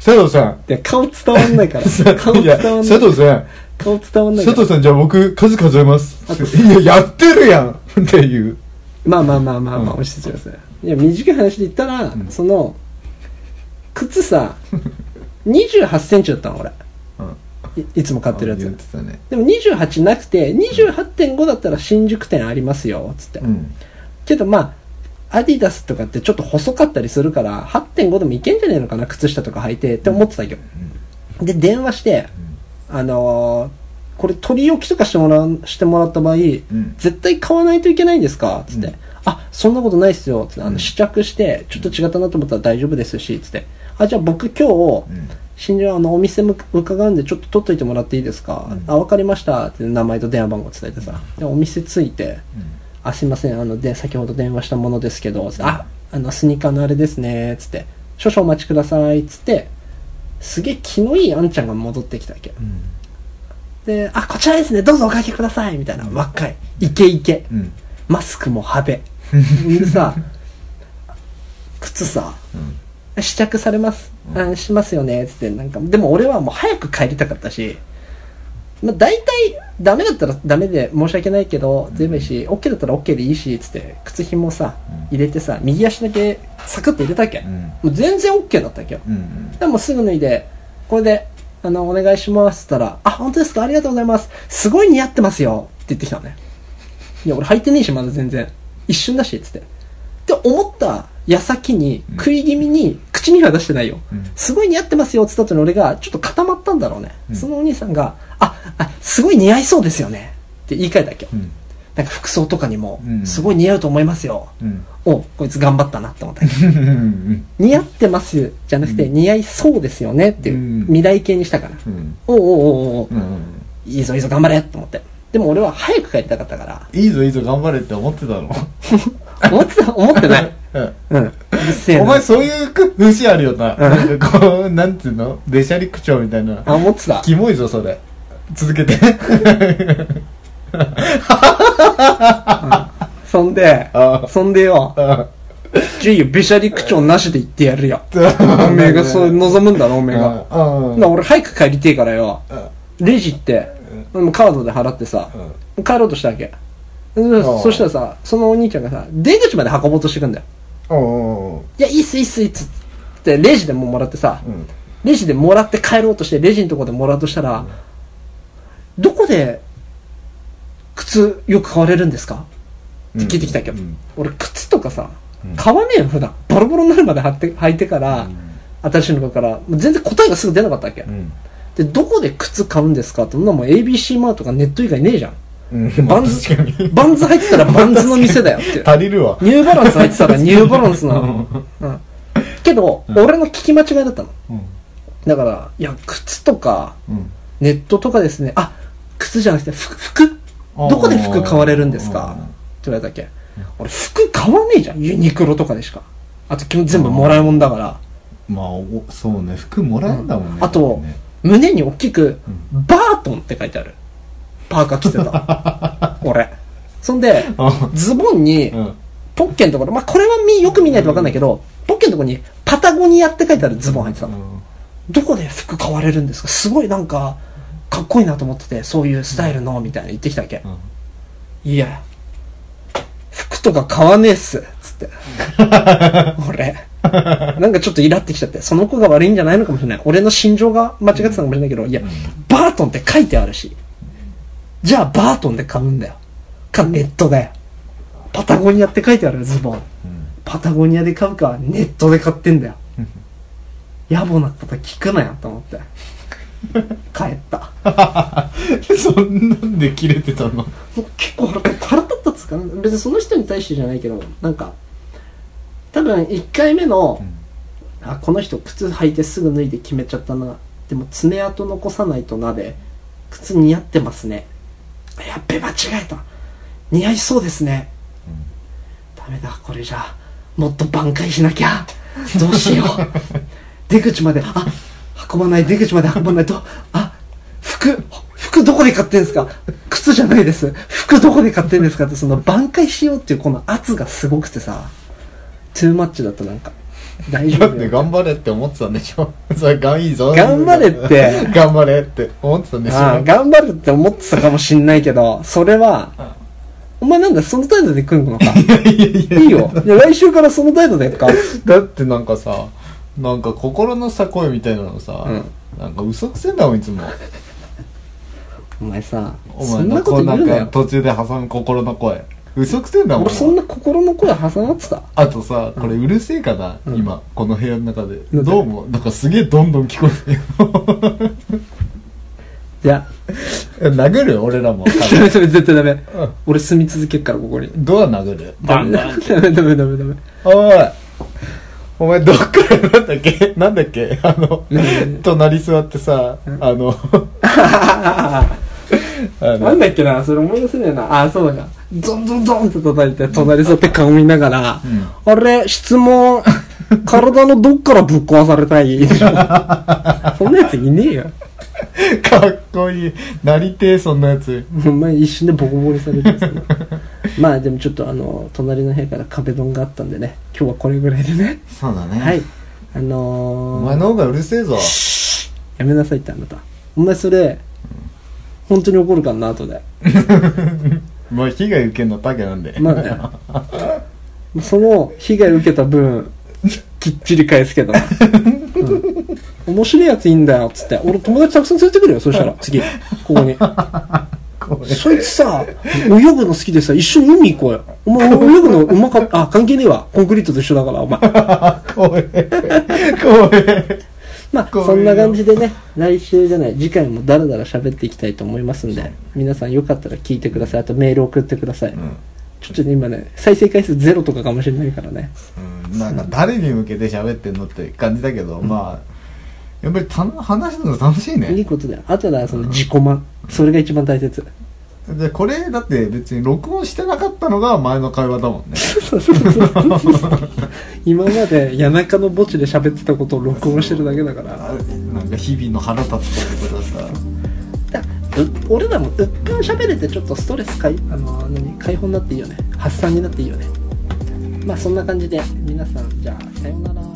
B: 佐藤さん。
A: で顔伝わん *laughs* ないから。顔
B: いや、
A: 伝わんな
B: 佐
A: い。
B: 藤さん。
A: 顔伝わんない
B: 佐
A: から
B: 藤。さん、じゃあ僕、数数えます。いや、やってるやんっていう。
A: まあまあまあまあまあ、
B: うん
A: 押してください。いや、短い話で言ったら、その、靴さ、 2 8ンチだったの俺
B: うん
A: いいつも買ってるや
B: 言っ
A: つ
B: てたね
A: でも28なくて28.5だったら新宿店ありますよつって、
B: うん
A: けどまあアディダスとかってちょっと細かったりするから8.5でもいけんじゃねえのかな靴下とか履いてって思ってたけど、で電話してあのーこれ取り置きとかしてもらうしてもらった場合、
B: うん
A: 絶対買わないといけないんですかつって、
B: うん
A: あそんなことないっすよつってあ
B: う
A: の
B: ん
A: 試着してちょっと違ったなと思ったら大丈夫ですしつってあじゃあ僕今日
B: うん
A: 新庄あのお店向伺うんでちょっと取っといてもらっていいですか、
B: うん
A: あ分かりましたって名前と電話番号伝えてさでお店着いて「あすいませんあので先ほど電話したものですけど」つってああのスニーカーのあれですね」つって「少々お待ちください」つってすげえ気のいいあんちゃんが戻ってきたわけ
B: うん
A: で「あこちらですねどうぞおかけください」みたいな若いイケイケ
B: うんうん
A: マスクも派
B: *laughs*
A: 手でさ靴さ
B: うん
A: 試着されます、あしますよねっつってなんかでも俺はもう早く帰りたかったし、まあ、大体ダメだったらダメで申し訳ないけど全部いいし、OK だったら OK でいいしっつって靴ひもさ
B: うん
A: 入れてさ右足だけサクッと入れたっけ、
B: うん
A: もう全然 OK だったっけよ
B: うん
A: でもうすぐ脱いでこれであのお願いしますっつったら「あ本当ですかありがとうございますすごい似合ってますよ」って言ってきたのねいや俺履いてねえしまだ全然一瞬だしっつってって思った矢先に
B: うん
A: 食い気味に口には出してないよ、
B: うん
A: すごい似合ってますよっつった後に俺がちょっと固まったんだろうね、
B: うん
A: そのお兄さんが「ああすごい似合いそうですよね」って言い換えたっけ、
B: うん
A: なんか服装とかにも
B: うん
A: すごい似合うと思いますよ、
B: うん
A: おこいつ頑張ったなって思った
B: うん
A: 似合ってますじゃなくて、
B: うん
A: 似合いそうですよねっていう、
B: うん
A: 未来形にしたから、
B: うん
A: おうおうおうおう、
B: うん
A: いいぞいいぞ頑張れと思ってでも俺は早く帰りたかったか
B: いいぞいいぞ頑張れって思ってたの
A: ら思って
B: *laughs*
A: た思ってない
B: うん
A: うんうるせえな
B: お前そういう節あるよな。
A: う
B: なんかこう、なんていうのデシャリ口調みたいな。
A: あ思ってた
B: キモいぞ、それ。
A: *laughs*
B: 続けて。
A: そんで
B: あ
A: そんでよ
B: あ
A: ジュイをべしゃり口調なしで言ってやるよおめえがそう望むんだろおめえが
B: あ
A: な俺早く帰りてえからよ
B: あ
A: レジってもうカードで払ってさ帰ろうとしたわけうん
B: ああ
A: そしたらさそのお兄ちゃんがさ出口まで運ぼうとしてくんだよ
B: うん
A: いや、いいっす、いいっす、いいっすって、レジでももらってさ、
B: うん
A: レジでもらって帰ろうとして、レジのとこでもらうとしたら、どこで、靴よく買われるんですかって聞いてきたけど、
B: うん
A: 俺、靴とかさ、買わねえよ、普段。ボロボロになるまで履って履いてから、新しいの買うから、もう全然答えがすぐ出なかったわけ。
B: うん
A: で、どこで靴買うんですかって、そんなもう ABC マートがネット以外ねえじゃん。
B: うん
A: バンズ
B: 確かに、
A: バンズ入ってたらバンズの店だよ
B: *laughs*
A: って。
B: 足りるわ。
A: ニューバランス入ってたらニューバランスなの。うん。けど、俺の聞き間違いだったの。
B: うん
A: だから、いや、靴とか、
B: うん
A: ネットとかですね。あ、靴じゃなくて、服、服
B: あー
A: どこで服買われるんですか
B: う
A: っ
B: ん
A: て言われたっけ。俺、服買わねえじゃん。ユニクロとかでしか。あと、基本全部もらいもんだから。
B: まあ、おそうね、服もらえんだもんね。
A: あと、
B: ね
A: 胸に大きく、バートンって書いてある。パーカー着てた。
B: *laughs*
A: 俺。そんで、
B: あ
A: ズボンに、
B: うん
A: ポッケのところ、まあ、これはみよく見ないと分かんないけど、ポッケのところにパタゴニアって書いてあるズボン入ってた
B: う
A: の。
B: ん
A: どこで服買われるんですかすごいなんか、かっこいいなと思ってて、そういうスタイルの、みたいな言ってきたわけ。
B: うん
A: いや、服とか買わねえっす、つって。俺。なんかちょっとイラってきちゃって、その子が悪いんじゃないのかもしれない。俺の心情が間違ってたのかもしれないけど、いや、バートンって書いてあるし。じゃあバートンで買うんだよ。か、ネットで。パタゴニアって書いてあるよズボン。パタゴニアで買うか、ネットで買ってんだよ。野暮なこと聞くなよ、と思って。帰った。
B: *laughs* そんなんで切れてたの
A: もう結構腹腹立ったっつうか別にその人に対してじゃないけどなんか多分1回目の、あこの人靴履いてすぐ脱いで決めちゃったなでも爪痕残さないとなで靴似合ってますねやっべ間違えた似合いそうですね、ダメだこれじゃあもっと挽回しなきゃどうしよう出口まであ運ばない出口まで運ばないとあ服服どこで買ってんですか靴じゃないです服どこで買ってんですかってその挽回しようっていうこの圧がすごくてさトゥーマッチだったなんか大丈
B: だ
A: 夫
B: って
A: よ
B: 頑張れって思ってたんでしょ *laughs* それがんいいぞ
A: 頑張れって
B: *laughs* 頑張れって思ってたんでしょ
A: あ
B: *laughs*
A: あ頑張るって思ってたかもしんないけどそれは、お前なんだその態度で来るのか
B: いやいや
A: いいよいや来週からその態度でか
B: だってなんかさなんか心のさ声みたいなのさ、なんか嘘くせえんだもんいつも
A: お前さ
B: お
A: そ
B: 前
A: んな
B: の
A: こ
B: ことうな
A: 言うんな
B: か
A: よ
B: 途中で挟む心の声嘘くせえんだもん
A: 俺そんな心の声挟まってた
B: あとさこれうるせえかな、
A: うん
B: 今この部屋の中で
A: なんで
B: どうもなんかすげえどんどん聞こ
A: じゃ
B: える *laughs* 殴るよ俺らも
A: あダメ *laughs* ダメ絶対ダメ
B: うん
A: 俺住み続けるからここに
B: ドア殴る
A: ダメダメダメダメダメダメ
B: おいお前どっからなんだっけ *laughs* なんだっけあの
A: 何
B: 隣座ってさあ *laughs* のあ
A: な
B: の
A: んだっけなそれ思い出せねえなああそうだゾンゾンゾンって叩いて隣座って顔見ながら、あれ質問体のどっからぶっ壊された *laughs* いそんなやついねえよ
B: かっこいいなりてえそんなやつ
A: お前一瞬でボコボコにされるやつだなまあでもちょっとあの隣の部屋から壁ドンがあったんでね今日はこれぐらいでね
B: そうだね
A: はいあ
B: お
A: の
B: 前
A: ー、
B: の方がうるせえぞ
A: やめなさいってあなたお前それ本当に怒るからな後で
B: もう被害受けんのタケなんで、
A: まあねその被害受けた分きっちり返すけどな、うん、面白いやついいんだよっつって俺友達たくさん連れてくるよそしたら次ここに
B: これ
A: そいつさ泳ぐの好きでさ一緒に海行こうよお前泳ぐのうまかったあ関係ねえわコンクリートと一緒だからお前
B: *laughs* 怖え怖え
A: まあ
B: こういう
A: そんな感じでね来週じゃない次回もダラダラ喋っていきたいと思いますんで皆さんよかったら聞いてくださいあとメール送ってください、
B: うん
A: ちょっとね今ね再生回数ゼロとかかもしれないからね
B: うんなんか誰に向けて喋ってんのって感じだけど、まあやっぱりたの話すの楽しいね
A: いいことだよあとはその自己満それが一番大 *laughs* 切
B: でこれだって別に録音してなかったのが前の会話だもんね
A: 今まで谷中の墓地で喋ってたことを録音してるだけだから
B: あなんか日々の腹立つこととかさ
A: だう俺らもうっぷん喋れてちょっとストレス解あの何解放になっていいよね発散になっていいよねまあそんな感じで皆さんじゃあさようなら